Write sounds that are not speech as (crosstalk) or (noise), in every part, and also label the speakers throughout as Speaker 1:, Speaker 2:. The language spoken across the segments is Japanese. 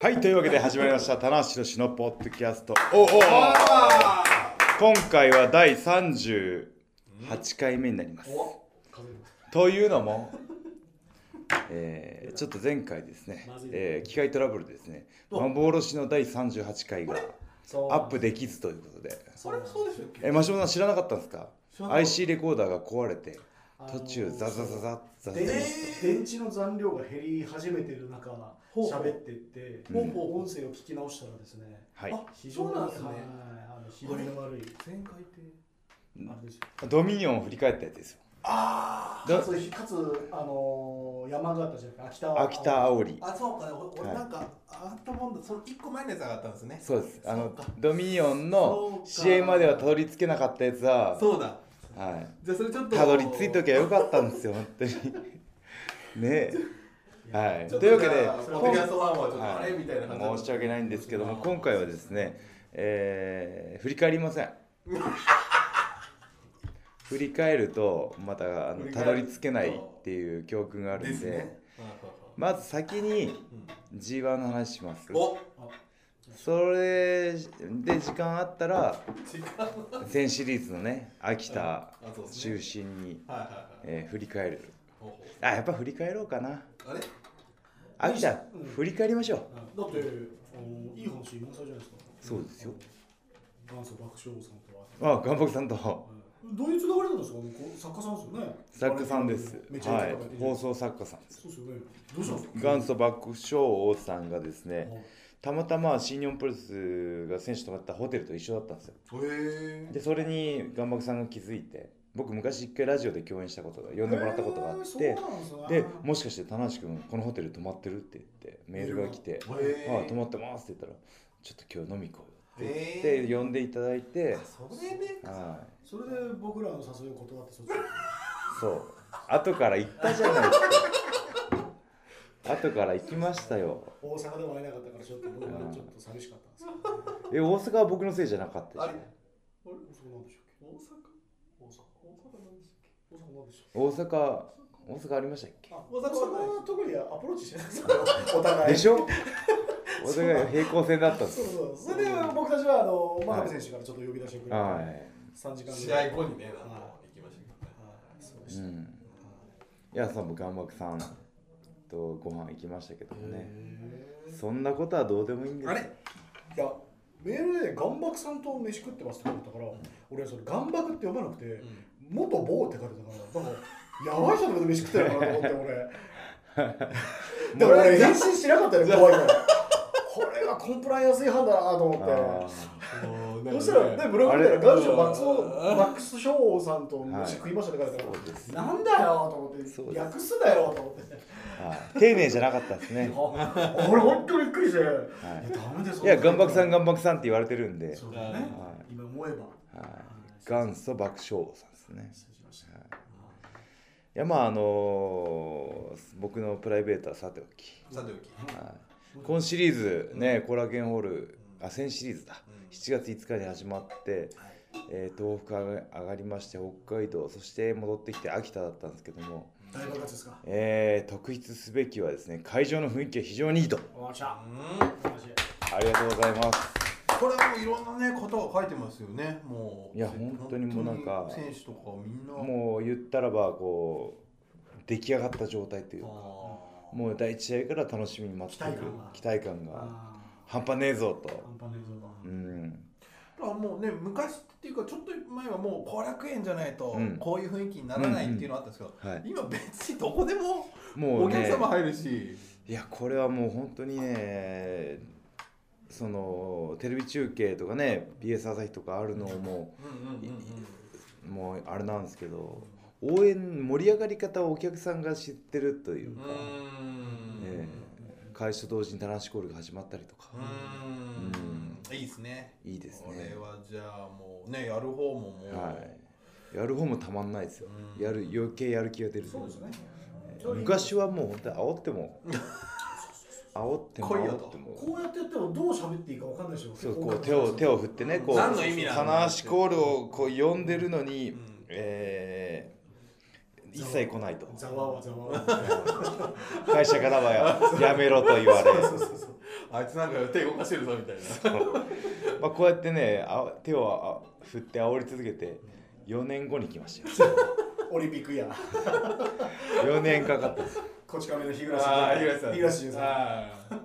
Speaker 1: はい、というわけで始まりました、棚橋宏のポッドキャスト。おお今回は第38回目になります。というのも、えーちょっと前回ですね
Speaker 2: まずい、
Speaker 1: えー機械トラブルでですね、幻の第38回が
Speaker 2: そう
Speaker 1: アップできずということで、
Speaker 2: それもそうでしょ
Speaker 1: え、マシュマロさん知らなかったんですか
Speaker 2: 知らなかった
Speaker 1: ?IC レコーダーが壊れて、
Speaker 2: あの
Speaker 1: 途中ザザザザザザ
Speaker 2: 電池電池の残量が減り始めてる中
Speaker 3: ほうほう
Speaker 2: 喋ってって
Speaker 1: ほう
Speaker 2: 音声を聞き直したらですね
Speaker 1: はい
Speaker 3: あ
Speaker 2: 非常
Speaker 3: そ
Speaker 2: に
Speaker 3: うなんですね
Speaker 2: はいあの非常に悪い
Speaker 3: 前回ってあれですよ
Speaker 1: ドミニオンを振り返ったやつですよ。
Speaker 3: あ
Speaker 1: だ
Speaker 2: かつかつあのー山形じゃなくて秋田
Speaker 1: 秋田煽り
Speaker 3: ー。あそうかねお俺
Speaker 1: はい
Speaker 3: なんか上がったもんだその一個前のやつ上がったんですね
Speaker 1: そうです。あ
Speaker 3: そう
Speaker 1: の
Speaker 3: か
Speaker 1: ドミニオンの
Speaker 3: そうか
Speaker 1: CM まではたどり着けなかったやつは、
Speaker 3: そうだ
Speaker 1: は
Speaker 3: じゃあそれちょっ
Speaker 1: い、
Speaker 3: と
Speaker 1: たどり着いときゃよかったんですよ本当に。 (laughs) ねえ、はい。というわけで、
Speaker 3: ポッドキャストファンはちょっとあ
Speaker 1: は
Speaker 3: れみたいな感じ
Speaker 1: い、申し訳ないんですけども今回はですね、えー振り返りませ
Speaker 3: (laughs)
Speaker 1: ん。振り返るとまたあの
Speaker 3: 振り
Speaker 1: た
Speaker 3: 返ると
Speaker 1: どり着けないっていう教訓がある
Speaker 3: で
Speaker 1: ん
Speaker 3: す
Speaker 1: で、
Speaker 3: ねうん
Speaker 1: まず先に G1 の話します。
Speaker 3: お
Speaker 1: それで時間あったら。
Speaker 3: 時間の
Speaker 1: 全シリーズのね秋田
Speaker 3: あそうですね
Speaker 1: 中心に、
Speaker 3: はいはいはい
Speaker 1: えー振り返る
Speaker 3: ほうほ
Speaker 1: あやっぱ振り返ろうかな
Speaker 3: うあれ
Speaker 1: 秋田
Speaker 2: うん
Speaker 1: 振り返りましょう
Speaker 2: うんだってあのいい話満載じゃないですか
Speaker 1: そうですよ
Speaker 2: 元祖爆笑さんと
Speaker 1: あ
Speaker 2: は
Speaker 1: 岩木さんと
Speaker 2: うんどういうつながりなんですかねこう作家さんですよね
Speaker 1: 作家さんです
Speaker 2: めっちゃ
Speaker 1: は
Speaker 2: 良
Speaker 1: い
Speaker 2: かった
Speaker 1: 放送作家さんです
Speaker 2: そうですよねどうしたんですか
Speaker 1: 元祖爆笑王さんがです
Speaker 2: あ
Speaker 1: ねたまたま新日本プロレスが選手とまったホテルと一緒だったんですよ
Speaker 3: へえ
Speaker 1: でそれに岩木さんが気づいて僕昔一回ラジオで共演したことが呼んでもらったことがあっ
Speaker 2: へーそう
Speaker 1: て
Speaker 2: なんすね
Speaker 1: でもしかして棚橋君このホテル泊まってるって言ってメールが来て
Speaker 3: へー
Speaker 1: あ泊まってますって言ったらちょっと今日飲み行こうよって言っ
Speaker 3: え
Speaker 1: て呼んでいただいて
Speaker 3: ー、あそれね
Speaker 1: はい
Speaker 2: それで僕らの誘いを断ってそっち
Speaker 1: そう後から行ったじゃないです
Speaker 3: (laughs)
Speaker 1: か後から行きましたよ
Speaker 2: 大阪でも会えなかったからちょっと僕はちょっと寂しかったんですけど、
Speaker 1: え大阪は僕のせいじゃなかった
Speaker 3: あ
Speaker 1: し
Speaker 2: あれ
Speaker 3: れ
Speaker 2: そうなんでしたっけ大阪大阪大阪なんでしたっけ
Speaker 1: 大阪大阪ありましたっけ
Speaker 2: あ
Speaker 3: 大
Speaker 2: 大
Speaker 3: 阪
Speaker 2: 阪
Speaker 3: は
Speaker 2: は特にアプローチしてないですよお互い
Speaker 1: でし
Speaker 3: (laughs)
Speaker 1: ょお互い平行線だったん
Speaker 2: そう
Speaker 1: です
Speaker 2: そうそれで僕たちはあの真壁選手からちょっと呼び出してくれて、
Speaker 1: は
Speaker 2: 3時間ぐ
Speaker 3: 試
Speaker 2: らい
Speaker 3: 合後にねなんか行きましたけどね
Speaker 2: はいそうで
Speaker 1: い、
Speaker 2: し
Speaker 1: う
Speaker 2: た、
Speaker 1: ん、いやさんも岩幕さんとご飯行きましたけどもねそんなことはどうでもいいんです
Speaker 3: あれ
Speaker 2: いやメールで「ガンバクさんと飯食ってます」って言ったから、俺はそれ「ガンバク」って読まなくて「元某」って書いてたからなんかやばい人と飯食ってるのかなと思って
Speaker 1: (laughs)
Speaker 2: 俺。だから俺返信しなかったよ怖いからこれがコンプライアンス違反だなと
Speaker 1: あー
Speaker 2: 思って
Speaker 3: うん
Speaker 2: そしたらねブログ見たら元祖爆笑バックスショウさんと
Speaker 1: はい
Speaker 2: 飯食いましたって書いてある
Speaker 1: そうです
Speaker 2: からなんだよと
Speaker 1: そう
Speaker 2: 思っ
Speaker 1: で
Speaker 2: て
Speaker 1: す
Speaker 2: 訳すなよと思って
Speaker 1: はい丁寧じゃなかったですね
Speaker 2: あ俺本当にびっくりしていや
Speaker 1: は
Speaker 2: ダメです
Speaker 1: い、いや、岩爆さん、岩爆さんって言われてるんで、
Speaker 2: そうだよね
Speaker 1: は
Speaker 2: 今思えば
Speaker 1: はい、元祖爆笑王さんですね。
Speaker 2: 失礼しました
Speaker 1: いや、まあ、あのー僕のプライベートはさておき、
Speaker 3: さておき
Speaker 1: はい、今シリーズ、ね、コラーゲンホール、あ、先シリーズだ、7月5日に始まって、えー東北上がりまして、北海道、そして戻ってきて秋田だったんですけども、
Speaker 2: 大爆発ですか
Speaker 1: えー、特筆すべきはですね、会場の雰囲気が非常にいいと。
Speaker 2: おっしゃ
Speaker 3: うん
Speaker 2: マジで
Speaker 1: ありがとうございます。
Speaker 3: これはもういろんなね方が書いてますよねもう
Speaker 1: いや本当にもうなんか
Speaker 3: 本当に選手とかみんな
Speaker 1: もう言ったらば、こう、出来上がった状態というか。
Speaker 3: あ
Speaker 1: もう第一試合から楽しみに待っている期
Speaker 2: 期
Speaker 1: 待感が
Speaker 2: あ
Speaker 1: 半端ねえぞ
Speaker 2: ー
Speaker 1: と、
Speaker 2: 半端ねえぞと
Speaker 1: うん、
Speaker 3: ーだからもうね昔っていうかちょっと前はもう後楽園じゃないと
Speaker 1: うん
Speaker 3: こういう雰囲気にならないっていうのあったんですけど、
Speaker 1: はい
Speaker 3: 今別にどこでも
Speaker 1: も
Speaker 3: お
Speaker 1: う
Speaker 3: 客
Speaker 1: ね
Speaker 3: 様入るし、
Speaker 1: いやこれはもう本当にねそのテレビ中継とかね BS 朝日とかあるのも
Speaker 3: うんうんうんうん
Speaker 1: もうあれなんですけど応援盛り上がり方をお客さんが知ってるという
Speaker 3: う
Speaker 1: か、
Speaker 3: ん
Speaker 1: ええ開始と同時にタナシコールが始まったりとか
Speaker 3: う、んいいですね
Speaker 1: いいです
Speaker 3: これ
Speaker 1: ね
Speaker 3: はじゃあもうねやる方ももう、
Speaker 1: はいやる方もたまんないですよ、
Speaker 3: うん
Speaker 1: やる余計やる気が出るとい
Speaker 2: そう
Speaker 1: か
Speaker 2: ですね
Speaker 1: 昔はもう本当に煽っても煽っても
Speaker 3: 来いよ
Speaker 1: 煽
Speaker 3: と
Speaker 1: っても
Speaker 2: こうやってやってもどう喋っていいかわかんないでしょ
Speaker 1: そうこう手を手を振ってねこう
Speaker 3: 何の意味なの
Speaker 1: 棚橋コールをこう呼んでるのに、
Speaker 3: うん
Speaker 1: えー一切来ないと
Speaker 2: ざわわざわわ
Speaker 1: 会社からはやめろと言われ
Speaker 2: そうそうそうそう
Speaker 3: あいつなんか手動かしてるぞみたいな
Speaker 1: まあ、こうやってねあ手をあ振って煽り続けて4年後に来ましたよ
Speaker 2: オリンピックイヤー
Speaker 1: 4年かかったです、
Speaker 2: こち亀の日暮
Speaker 3: (laughs) あ
Speaker 2: さ
Speaker 3: あ
Speaker 2: ん
Speaker 3: 日暮さん
Speaker 2: 日暮さんさ
Speaker 3: あ
Speaker 1: ね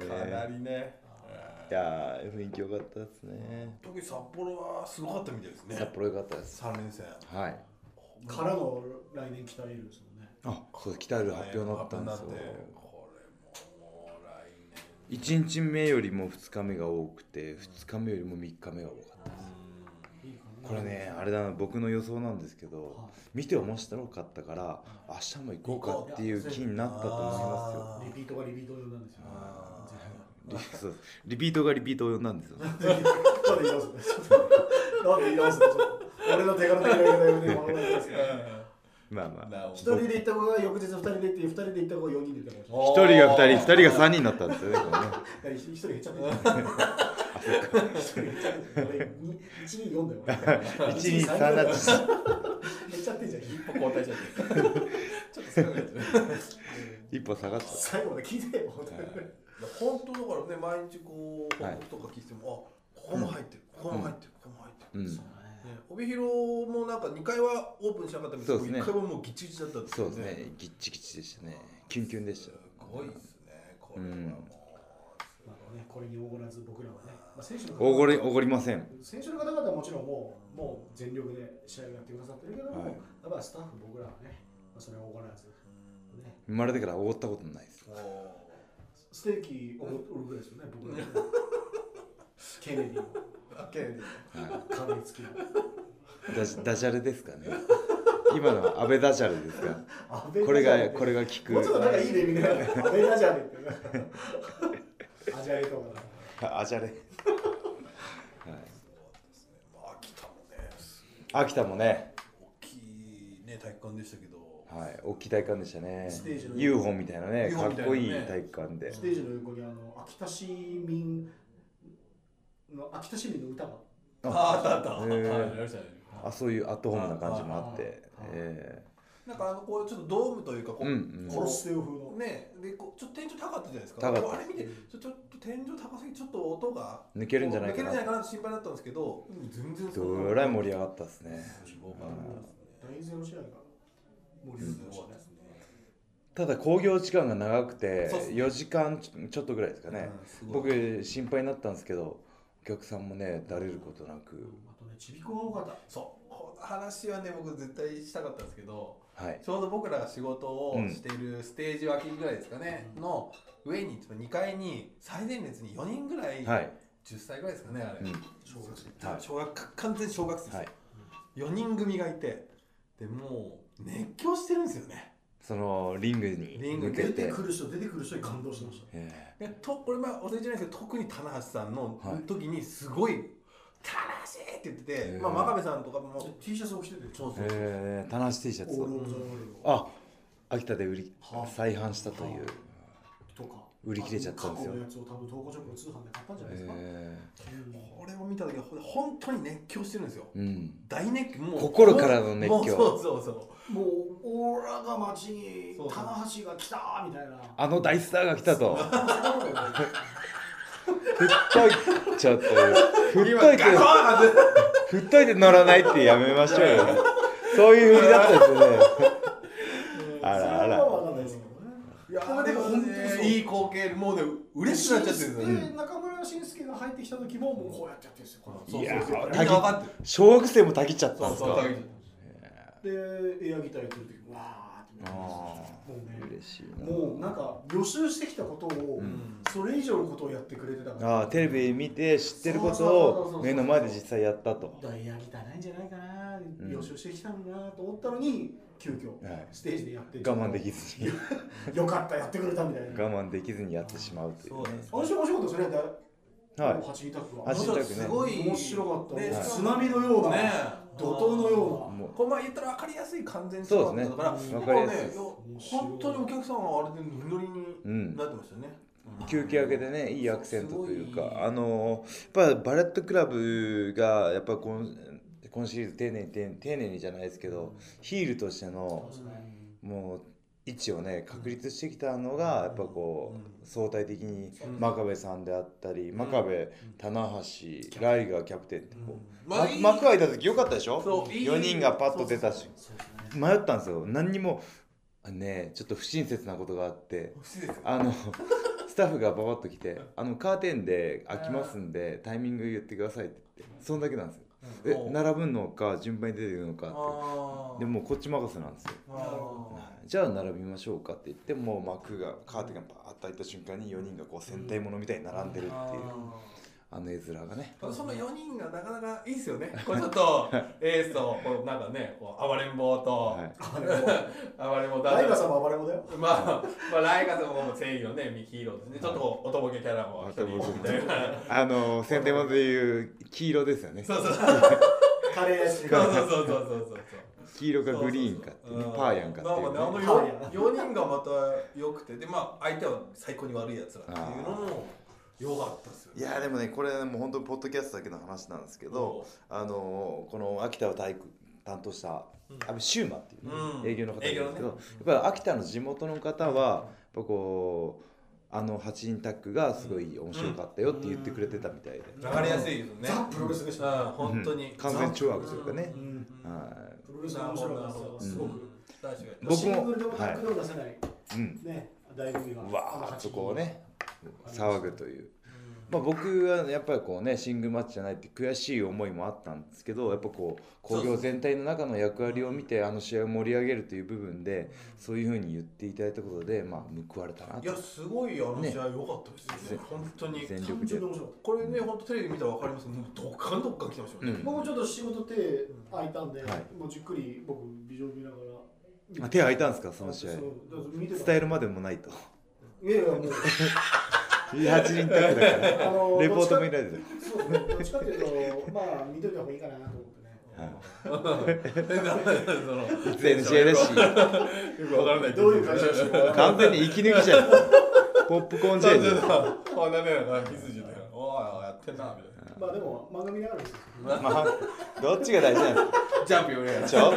Speaker 3: ーかなりねあ
Speaker 1: いやー雰囲気良かったですね
Speaker 3: ー特に札幌はすごかったみたいです
Speaker 1: 札
Speaker 3: ね
Speaker 1: 幌良かったです
Speaker 3: 三連戦
Speaker 1: はい
Speaker 2: んからの来年北いるんですもんね
Speaker 1: あそう来たる発表になったんですよ
Speaker 3: 発表になってこれももう来年
Speaker 1: 1日目よりも2日目が多くて2日目よりも3日目が多かった
Speaker 2: いいかな
Speaker 1: これねあれだな僕の予想なんですけど
Speaker 2: は
Speaker 1: 見て面白かったから明日も行こうかっていう気になったと思いますよ
Speaker 2: いリピートがリピートなんですよね
Speaker 3: あー
Speaker 2: 絶対
Speaker 1: リそうリピートがリピートを呼んだんですよ (laughs) ね
Speaker 2: ちょっと言い直すね。ちょっとなんで言い直すの。ちょっと俺の手軽な言い方やめてもらえますか。
Speaker 1: まあまあ
Speaker 3: なお
Speaker 2: 一人で行った子が翌日二人で行って、二人で行った子が四人で行った子が。
Speaker 1: 1人が2人2人が3人になったんですよねこれね
Speaker 2: だから一一人減っちゃった。一人減っちゃった。俺に一二四だよ。
Speaker 1: (laughs)
Speaker 2: 俺
Speaker 1: 一二三になっちゃ
Speaker 2: 減っちゃってんじゃん。
Speaker 3: 一歩後退しちゃってるちょっと少なくなっちゃう
Speaker 1: 一歩下がっちゃった
Speaker 2: 最後まで聞いてよ。本当に
Speaker 3: 本当だからね毎日こう報告とか聞いても、あここも入ってる、ここも入ってる、ここも入って
Speaker 1: うん
Speaker 3: る、ね、帯広もなんか2階はオープンしなかったけど
Speaker 1: そうですね
Speaker 3: 1階はもうギチギチだったって
Speaker 1: そうですねギッチギチでしたねキュンキュンでした
Speaker 3: す
Speaker 1: よ
Speaker 3: ごいですねこれはもう、
Speaker 1: うん
Speaker 2: まあね、これにおごらず僕らはね、まあ、選手の方
Speaker 1: おごりおごりません
Speaker 2: 選手の方々はもちろんもうもう全力で試合をやってくださってるけども、
Speaker 1: はい
Speaker 2: やっぱスタッフ僕らはね、まあ、それはおごらず、ね、
Speaker 1: 生まれてからおごったことないです
Speaker 3: も
Speaker 2: ステーキおごるぐらいですよね、僕らはね。ケネディの
Speaker 3: うあけど
Speaker 1: は
Speaker 2: 金付きの。
Speaker 1: いダジダジャレですかね今のは安倍ダジャレですか
Speaker 2: 安倍
Speaker 1: これ
Speaker 2: ダジャレ
Speaker 1: が
Speaker 2: って
Speaker 1: これが効
Speaker 2: もうちょっと
Speaker 1: く
Speaker 2: なんかいいね、み (laughs) んな。アベナジャレって。アジャレとかだ。
Speaker 1: あアジャレはい
Speaker 3: 秋田もねす
Speaker 1: 秋田もね
Speaker 3: ごい大きいね体育館でしたけど、
Speaker 1: はい大きい体育館でしたね
Speaker 2: ステージの
Speaker 1: UFO みたいなね
Speaker 3: UFO
Speaker 1: か
Speaker 3: み
Speaker 1: った
Speaker 3: いなね
Speaker 1: こいい体育館で
Speaker 2: ステージの横にあの秋田市民の秋田市民の歌が
Speaker 3: ああったあった、
Speaker 1: へえ
Speaker 3: はいありましたね
Speaker 1: あそういうアットホームな感じもあって
Speaker 2: あああ
Speaker 1: え
Speaker 3: なんかあのこうちょっとドームというかこう、
Speaker 1: うんうん
Speaker 3: こ
Speaker 2: コロッセオ風の。
Speaker 3: ねでこうちょっと天井高かったじゃないですか
Speaker 1: 高かった
Speaker 3: こうあれ見てちょちょっと天井高すぎてちょっと音が
Speaker 1: え抜けるんじゃないか
Speaker 3: 抜けるんじゃない
Speaker 1: な
Speaker 3: かなって心配だったんですけど全然
Speaker 1: どれぐらい
Speaker 3: も
Speaker 1: 盛り上がったですね
Speaker 3: すごかったです
Speaker 2: 大ゼ
Speaker 3: ね
Speaker 2: ロ試合が盛り上がりましたね。
Speaker 1: ただ興行時間が長くて
Speaker 3: そうっすね
Speaker 1: 4時間ちょちょっとぐらいですかね、
Speaker 3: うんすごい
Speaker 1: 僕心配になったんですけどお客さんもねだれることなく
Speaker 2: あとね、ちびこが多かった。
Speaker 3: そうこの話はね僕絶対したかったんですけど
Speaker 1: はい
Speaker 3: ちょうど僕らが仕事をしているステージ脇ぐらいですかね、
Speaker 2: うん
Speaker 3: の上に2階に最前列に4人ぐらい、
Speaker 1: はい、
Speaker 3: 10歳ぐらいですかねあれ、
Speaker 1: うん
Speaker 2: 小学生。
Speaker 1: はい
Speaker 3: 小学完全小学生です、
Speaker 1: はい、
Speaker 3: 4人組がいてでもう熱狂してるんですよね
Speaker 1: そのリングに
Speaker 3: リング
Speaker 1: 向
Speaker 3: に
Speaker 1: け
Speaker 2: 出
Speaker 1: て
Speaker 2: てくる人、出てくる人に感動してました。
Speaker 1: え
Speaker 3: でとこれまあお世辞じゃないですけど特に棚橋さんの
Speaker 1: はい
Speaker 3: 時にすごい「棚橋!」って言ってて、
Speaker 1: へー
Speaker 3: まあ、真壁さんとかもそう
Speaker 2: T シャツを着てて、
Speaker 3: そう
Speaker 1: えええ棚橋 T シャツと
Speaker 2: オールオブザワールド
Speaker 1: あ秋田で売り
Speaker 2: はあ
Speaker 1: 再販したという、
Speaker 2: とか。
Speaker 1: 売り切れちゃったんですよ
Speaker 2: 過去のやつを多分、投稿直後通販で買ったんじゃないですか。
Speaker 1: え
Speaker 2: うん
Speaker 3: これを見た時はほん本当に熱狂してるんですよ
Speaker 1: えうん
Speaker 3: 大熱狂もう
Speaker 1: 心からの熱狂
Speaker 3: もうそうそうそ
Speaker 2: もう、オーラが街に
Speaker 3: そう、そう
Speaker 2: 棚橋が来たーみたいな。
Speaker 1: あの大スターが来たと
Speaker 2: あ
Speaker 1: ふっといちょっと
Speaker 2: (laughs)
Speaker 1: ふっ
Speaker 3: う
Speaker 1: といて
Speaker 3: ガコーン外れ
Speaker 1: ふっといて乗らないってやめましょうよそういうふりだったですねあらあ
Speaker 2: それ
Speaker 1: ら
Speaker 2: は分かんないですけどね。
Speaker 3: いや
Speaker 2: これでも本当にそう
Speaker 3: ねいい光景もうね嬉しくなっちゃってるんですよ、
Speaker 2: で中村慎介が入ってきた時も、もうこうやってやってるんですよ。この
Speaker 3: そう
Speaker 1: いや
Speaker 3: そうそう
Speaker 1: ー
Speaker 3: みんな分かってる
Speaker 1: 小学生もたぎっちゃったん
Speaker 3: そう
Speaker 1: です
Speaker 3: そう
Speaker 1: か
Speaker 2: で、エアギターやってる時、わーってなりました。
Speaker 1: あ
Speaker 2: もうね
Speaker 1: あ。嬉しいな
Speaker 2: もうなんか予習してきたことを、
Speaker 3: ん
Speaker 2: それ以上のことをやってくれてたから
Speaker 1: ああテレビ見て知ってるこ
Speaker 2: そうそうそう
Speaker 1: と
Speaker 2: そ
Speaker 1: を
Speaker 2: う
Speaker 1: 目の前で実際やったと
Speaker 2: ダイヤギターないんじゃないかな、
Speaker 1: ん
Speaker 2: 予習してきたんだなと思ったのに急遽、
Speaker 1: はい
Speaker 2: ステージでやって
Speaker 1: 我慢できずに
Speaker 2: よかったやってくれたみたいな
Speaker 1: 我慢できずにやってしまうという
Speaker 3: そうなん
Speaker 1: ね
Speaker 3: です
Speaker 2: あの人面白かったですねだ
Speaker 1: はい
Speaker 2: 8位タックは
Speaker 1: 走りたくね
Speaker 3: すごい
Speaker 2: 面白かった、
Speaker 3: ね
Speaker 2: もう津波のような、
Speaker 3: ね
Speaker 2: 怒涛のような
Speaker 1: もう
Speaker 3: こうまあ言ったら分かりやすい完全そうだったから
Speaker 1: そうですね
Speaker 3: もう
Speaker 1: 分かりやすいです
Speaker 3: ね本当にお客さんはあれでノリノリになってましたね、
Speaker 1: 休憩明けでねいいアクセントという
Speaker 3: すごい
Speaker 1: かあのやっぱバレットクラブがやっぱ今今シリーズ丁寧に丁寧に丁寧にじゃないですけどヒールとしてのもう位置をね確立してきたのがやっぱこう相対的に真壁さんであったり真壁棚橋ライガーキャプテンってこうま幕開いた時良かったでしょ
Speaker 3: そういい
Speaker 1: 4人がパッと出たし
Speaker 4: そうですね
Speaker 1: 迷ったんですよ何にもあねちょっと不親切なことがあって
Speaker 3: 不自然です
Speaker 1: あの (laughs) スタッフがババッと来て「あのカーテンで開きますんでタイミング言ってください」って言ってそんだけなんですよ。え並ぶのか順番に出てくるのかって
Speaker 3: あ
Speaker 1: でもうこっち任せなんですよ。
Speaker 3: ああ
Speaker 1: じゃあ並びましょうかって言ってもう幕がカーテンがパーッと開いた瞬間に4人がこう戦隊ものみたいに並んでるっていうあの絵面がね
Speaker 3: ただその4人がなかなかいいですよね。これちょっとエースとこうなんかね、こう暴れん坊と、
Speaker 1: はい
Speaker 2: あれも
Speaker 3: 暴れん坊だ
Speaker 2: ライガーさんも暴れもだよ。
Speaker 3: まあ、まあ、ライガさんも正義のね、ミキヒーローですね。ちょっとこうおとぼけキャラも一人いるみたいな。
Speaker 1: あの戦隊ものでいう黄色ですよね
Speaker 3: そうそうそう
Speaker 2: カレー味
Speaker 3: そう
Speaker 2: が。
Speaker 3: そうそうそうそうそう。
Speaker 1: 黄色かグリーンかっていうねパーヤンかっていう
Speaker 3: なん
Speaker 1: ね
Speaker 3: かねあの 4, 人がまた良くてでまあ相手は最高に悪いやつらっていうのも良かったですよ
Speaker 1: い
Speaker 3: ね
Speaker 1: やでもねこれはもう本当ポッドキャストだけの話なんですけどあのこの秋田を体育担当した
Speaker 3: うん
Speaker 1: 阿部シューマっていうね
Speaker 3: うん
Speaker 1: 営業の方なんですけ
Speaker 3: 営業
Speaker 1: ど
Speaker 3: の
Speaker 1: や
Speaker 3: ね
Speaker 1: っぱり秋田の地元の方はやっぱこうあの8人タッグがすごい面白かったよって言ってくれてたみたいで。
Speaker 3: 流れやすいですよね
Speaker 2: ザ・プロレスでし
Speaker 3: う
Speaker 2: た。
Speaker 3: ん本当に、
Speaker 1: うん完全懲悪というかね
Speaker 3: うんうん
Speaker 1: は
Speaker 2: プロレスが面白かったですよ。すご
Speaker 1: う
Speaker 2: く。
Speaker 3: 確かに
Speaker 1: 僕も
Speaker 2: シングルでもタッグを出せない、
Speaker 1: い、うん、
Speaker 2: ね、大組が。
Speaker 1: わーっとこうね
Speaker 2: あの
Speaker 1: 騒ぐという、まあ、僕はやっぱりこうねシングルマッチじゃないって悔しい思いもあったんですけどやっぱこう興行全体の中の役割を見てあの試合を盛り上げるという部分でそういうふうに言っていただいたことでまあ報われたない
Speaker 3: やすごいあの
Speaker 1: ね
Speaker 3: 試合良かったですよね本当に
Speaker 1: 全
Speaker 2: 単
Speaker 1: 力で
Speaker 2: 純で面白かった。
Speaker 3: これね本当テレビ見たら分かりますけどもうドッカンドッカン来てましたよね、
Speaker 1: うん
Speaker 2: 僕もちょっと仕事手空いたんで、
Speaker 1: はい
Speaker 2: もうじっくり僕ビジョン見ながら
Speaker 1: あ手空いたんですかその試合
Speaker 2: そうだから見てた
Speaker 1: 伝えるまでもないと
Speaker 2: いやいやもう
Speaker 1: 8人タ (laughs) ッグだか
Speaker 2: あの
Speaker 1: らレポートもい
Speaker 2: どっ
Speaker 1: られてる
Speaker 2: ちかそうですねどっちかっていうとまあ見といた方がいいかなと思ってね
Speaker 3: (laughs)
Speaker 1: いつでの試合だし
Speaker 3: よく分からない
Speaker 2: どういう会社でしょ
Speaker 1: (laughs)
Speaker 2: うか
Speaker 1: 完全に息抜きじゃんポップコーンジェ
Speaker 3: だ
Speaker 1: ル
Speaker 3: こんなねなんか羊でおいおいやってんなみたいな
Speaker 2: まあでも漫画見ながらですよ
Speaker 1: まあどっちが大事なんですか
Speaker 3: ジャンプよりや
Speaker 1: ちょ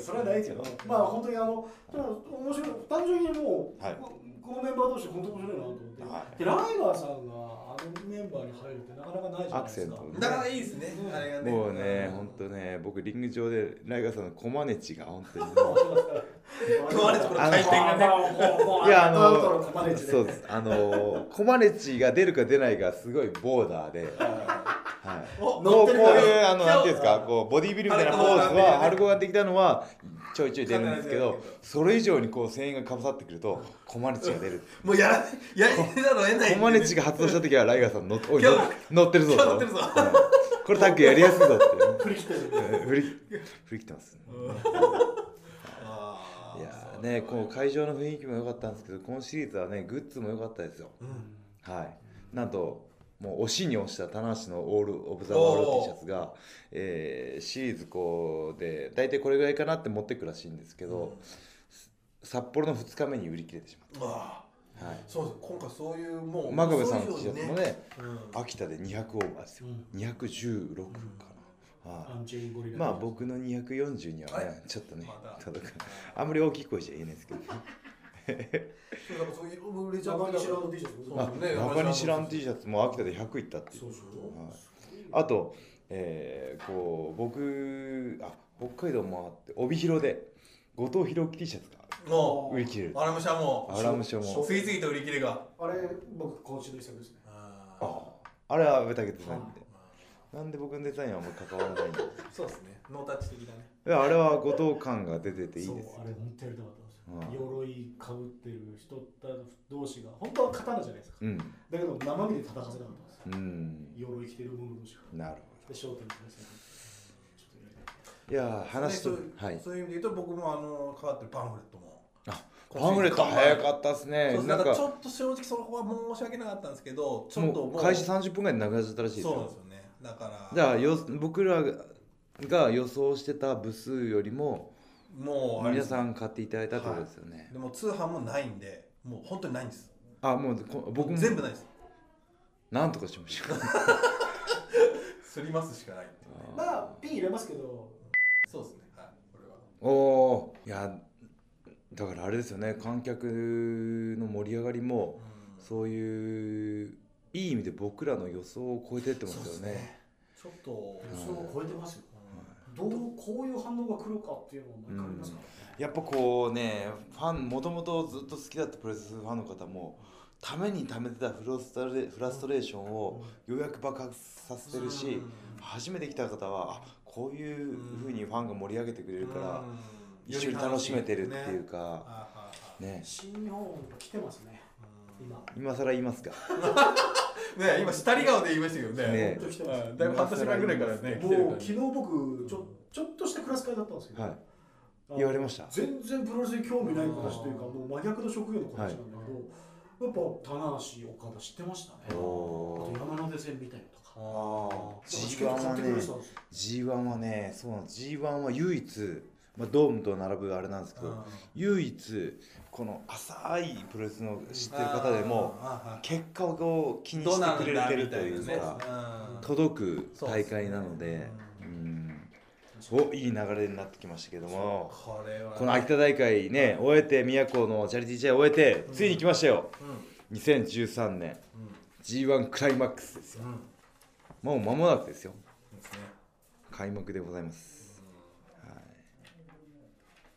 Speaker 2: それは大事よまあ本当にあのただ面白い単純にもう、
Speaker 1: はい
Speaker 2: ここのメンバー同士本当面白いなと思って、
Speaker 1: は
Speaker 2: でライガーさんがあのメンバーに入るってなかなかないじゃないです
Speaker 1: アクセント
Speaker 2: か
Speaker 1: をね
Speaker 3: だからいいですね、あれがね。
Speaker 1: もう (laughs) ね、
Speaker 3: ん
Speaker 1: 本当ね、僕リング上でライガーさんのコマネチが本当にね。
Speaker 3: 壊れてこ
Speaker 1: (laughs)
Speaker 3: れ
Speaker 1: あの
Speaker 3: 回転がね。
Speaker 1: いやあ
Speaker 2: アウトの
Speaker 1: の
Speaker 2: コマネチで
Speaker 1: そうですあのコマネチが出るか出ないかすごいボーダーで、はい。も
Speaker 3: お
Speaker 1: うこう
Speaker 2: 乗ってるから
Speaker 1: いうあのなんていうんですか、こうボディービルみたいなポーズはハ
Speaker 3: ハ
Speaker 1: ル
Speaker 3: ル
Speaker 1: コ
Speaker 3: コ
Speaker 1: ができたのはちょいちょい出るんですけど
Speaker 3: 必ずやるけど、
Speaker 1: それ以上にこう声援がかぶさってくるとコマネチが出る。
Speaker 3: もうやら、やりなのえ (laughs) ない。
Speaker 1: コマネチが発動した時はライガーさんのおい
Speaker 3: 今日
Speaker 1: 乗乗ってるぞ
Speaker 3: (laughs) 今日
Speaker 1: と
Speaker 3: 乗ってるぞ
Speaker 1: はいこれタッグやりやすいぞって
Speaker 2: 振り切ってる
Speaker 1: ね、振り振り切ってます。
Speaker 3: あー
Speaker 1: いやーね、こう会場の雰囲気も良かったんですけど、今シリーズはね、グッズも良かったですよ。はい。なんと、もう押しに押した棚橋のオール・オブ・ザ・ワールド
Speaker 3: お
Speaker 1: T
Speaker 3: ー
Speaker 1: シャツが、えーシリーズこうで、大体これぐらいかなって持ってくらしいんですけど、札幌の2日目に売り切れてしまっ
Speaker 3: あ
Speaker 1: た。はい。
Speaker 3: ー。そうです。今回そういうもう。
Speaker 1: 真壁さんの
Speaker 3: そう
Speaker 1: T
Speaker 3: い
Speaker 1: シ
Speaker 3: う
Speaker 1: ャツ
Speaker 3: の
Speaker 1: も
Speaker 3: ね。
Speaker 1: ね、
Speaker 3: うん
Speaker 1: 秋田で200オーバーですよ。216かな。はい
Speaker 2: アンチェインゴリラ
Speaker 1: まあ僕の240には
Speaker 3: あ
Speaker 1: ね
Speaker 3: れ、
Speaker 1: ちょっとね
Speaker 3: まだ、
Speaker 1: 届かない。あんまり大きい声じゃ言えないですけど。
Speaker 3: そうだからそういう売れちゃう
Speaker 2: 山
Speaker 3: から
Speaker 2: 西ラウンド T シャツ
Speaker 3: そう
Speaker 1: あ、
Speaker 3: ね
Speaker 1: バカに知らん T シャツも秋田で100いったっていう。
Speaker 2: そうそう
Speaker 1: はいあと、えーこう僕あ北海道もあって帯広で後藤弘樹 T シャツが
Speaker 3: も
Speaker 1: 売り切れる
Speaker 3: う。アラムシャも。
Speaker 1: アラムシャも
Speaker 3: 次々と売り切れが。
Speaker 2: あれ僕今週の一作ですね
Speaker 3: あー
Speaker 1: ああれは阿部武デザインでなんで僕のデザインはもう関わらないんだ
Speaker 3: そうですね。ノータッチ的だね。
Speaker 1: いやあれは後藤感が出てていいです
Speaker 2: そうあれ本当やりたかったんですよ、鎧かぶってる人た同士が本当は刀じゃないですか
Speaker 1: うん
Speaker 2: だけど生身で戦わせなかったんですよ
Speaker 1: うん
Speaker 2: 鎧着てる者同士が
Speaker 1: なるほ
Speaker 2: で焦点ですねちょっとやりたい
Speaker 1: どいやー話
Speaker 3: そ
Speaker 1: と
Speaker 3: ういう
Speaker 1: はい
Speaker 3: そういう意味で言うと、僕もあの、関わってるパンフレットも。
Speaker 1: あパンフレット早かったですね
Speaker 3: そうです
Speaker 1: な
Speaker 3: なんん
Speaker 1: か
Speaker 3: かちょっと正直そこは申し訳なかったんですけど、ちょっと
Speaker 1: もう開始30分ぐらいでなくなっちゃったらしいです
Speaker 3: そうなん
Speaker 1: よ
Speaker 3: ですよね。だから、
Speaker 1: じゃあよ僕らが予想してた部数よりも
Speaker 3: もうあれ
Speaker 1: 皆
Speaker 3: です
Speaker 1: さん買っていただいたってことですよね、
Speaker 3: でも通販もないんで、もう本当にないんです。
Speaker 1: あもうこ僕も
Speaker 3: 全部ないです。
Speaker 1: なんとかしま (laughs) しょう
Speaker 3: すりますしかないっていう
Speaker 2: まあ P 入れますけど
Speaker 3: そうですね。はい、これは。
Speaker 1: おおいやだからあれですよね観客の盛り上がりもそういういい意味で僕らの予想を超えてってますよね
Speaker 3: ちょっと
Speaker 1: ん
Speaker 2: それを超えてますよどうこういう反応が来るかっていうのを毎回ありますからね
Speaker 1: やっぱこうねファンもともとずっと好きだったプロレスファンの方もためにためてたフロストレフラストレーションをようやく爆発させてるし初めて来た方はあこういうふうにファンが盛り上げてくれるから一緒に楽しめてるっていうかね
Speaker 2: 新日本来てますね今
Speaker 1: 今更言いますか
Speaker 3: ね今下り顔で言いましたけどね
Speaker 1: ね
Speaker 2: 本当来てます
Speaker 3: だいぶ半年前ぐらいからね来てる
Speaker 2: も
Speaker 3: か
Speaker 2: う昨日僕ちょちょっとしたクラス会だったんですけど、
Speaker 1: はい
Speaker 2: あの
Speaker 1: 言われました
Speaker 2: 全然プロレスに興味ない子たちというかもう真逆の職業の子たちなんだけど、やっぱ棚橋岡田知ってましたねあ
Speaker 1: お
Speaker 2: と
Speaker 1: ー
Speaker 2: 山手線見たりとから
Speaker 3: ああ
Speaker 2: チケット買ってくれてたんですよ
Speaker 1: G1 はねそうなんです G1 は唯一、まあ、ドームと並ぶあれなんですけど唯一この浅いプロレスの知ってる方でも結果を気に
Speaker 3: どう
Speaker 1: し
Speaker 3: なん
Speaker 1: て
Speaker 3: だ
Speaker 1: く
Speaker 3: み
Speaker 1: れ
Speaker 3: た
Speaker 1: て
Speaker 3: い
Speaker 1: る
Speaker 3: な
Speaker 1: という
Speaker 3: ね
Speaker 1: か
Speaker 3: うん
Speaker 1: 届く大会なのでうんおいい流れになってきましたけども
Speaker 3: これは
Speaker 1: この秋田大会ね終えて宮古のチャリティー試合を終えてついに来ましたよ2013年 G1 クライマックスですよ
Speaker 3: うんうん
Speaker 1: もう間もなくですよ
Speaker 3: ですね
Speaker 1: 開幕でございます、は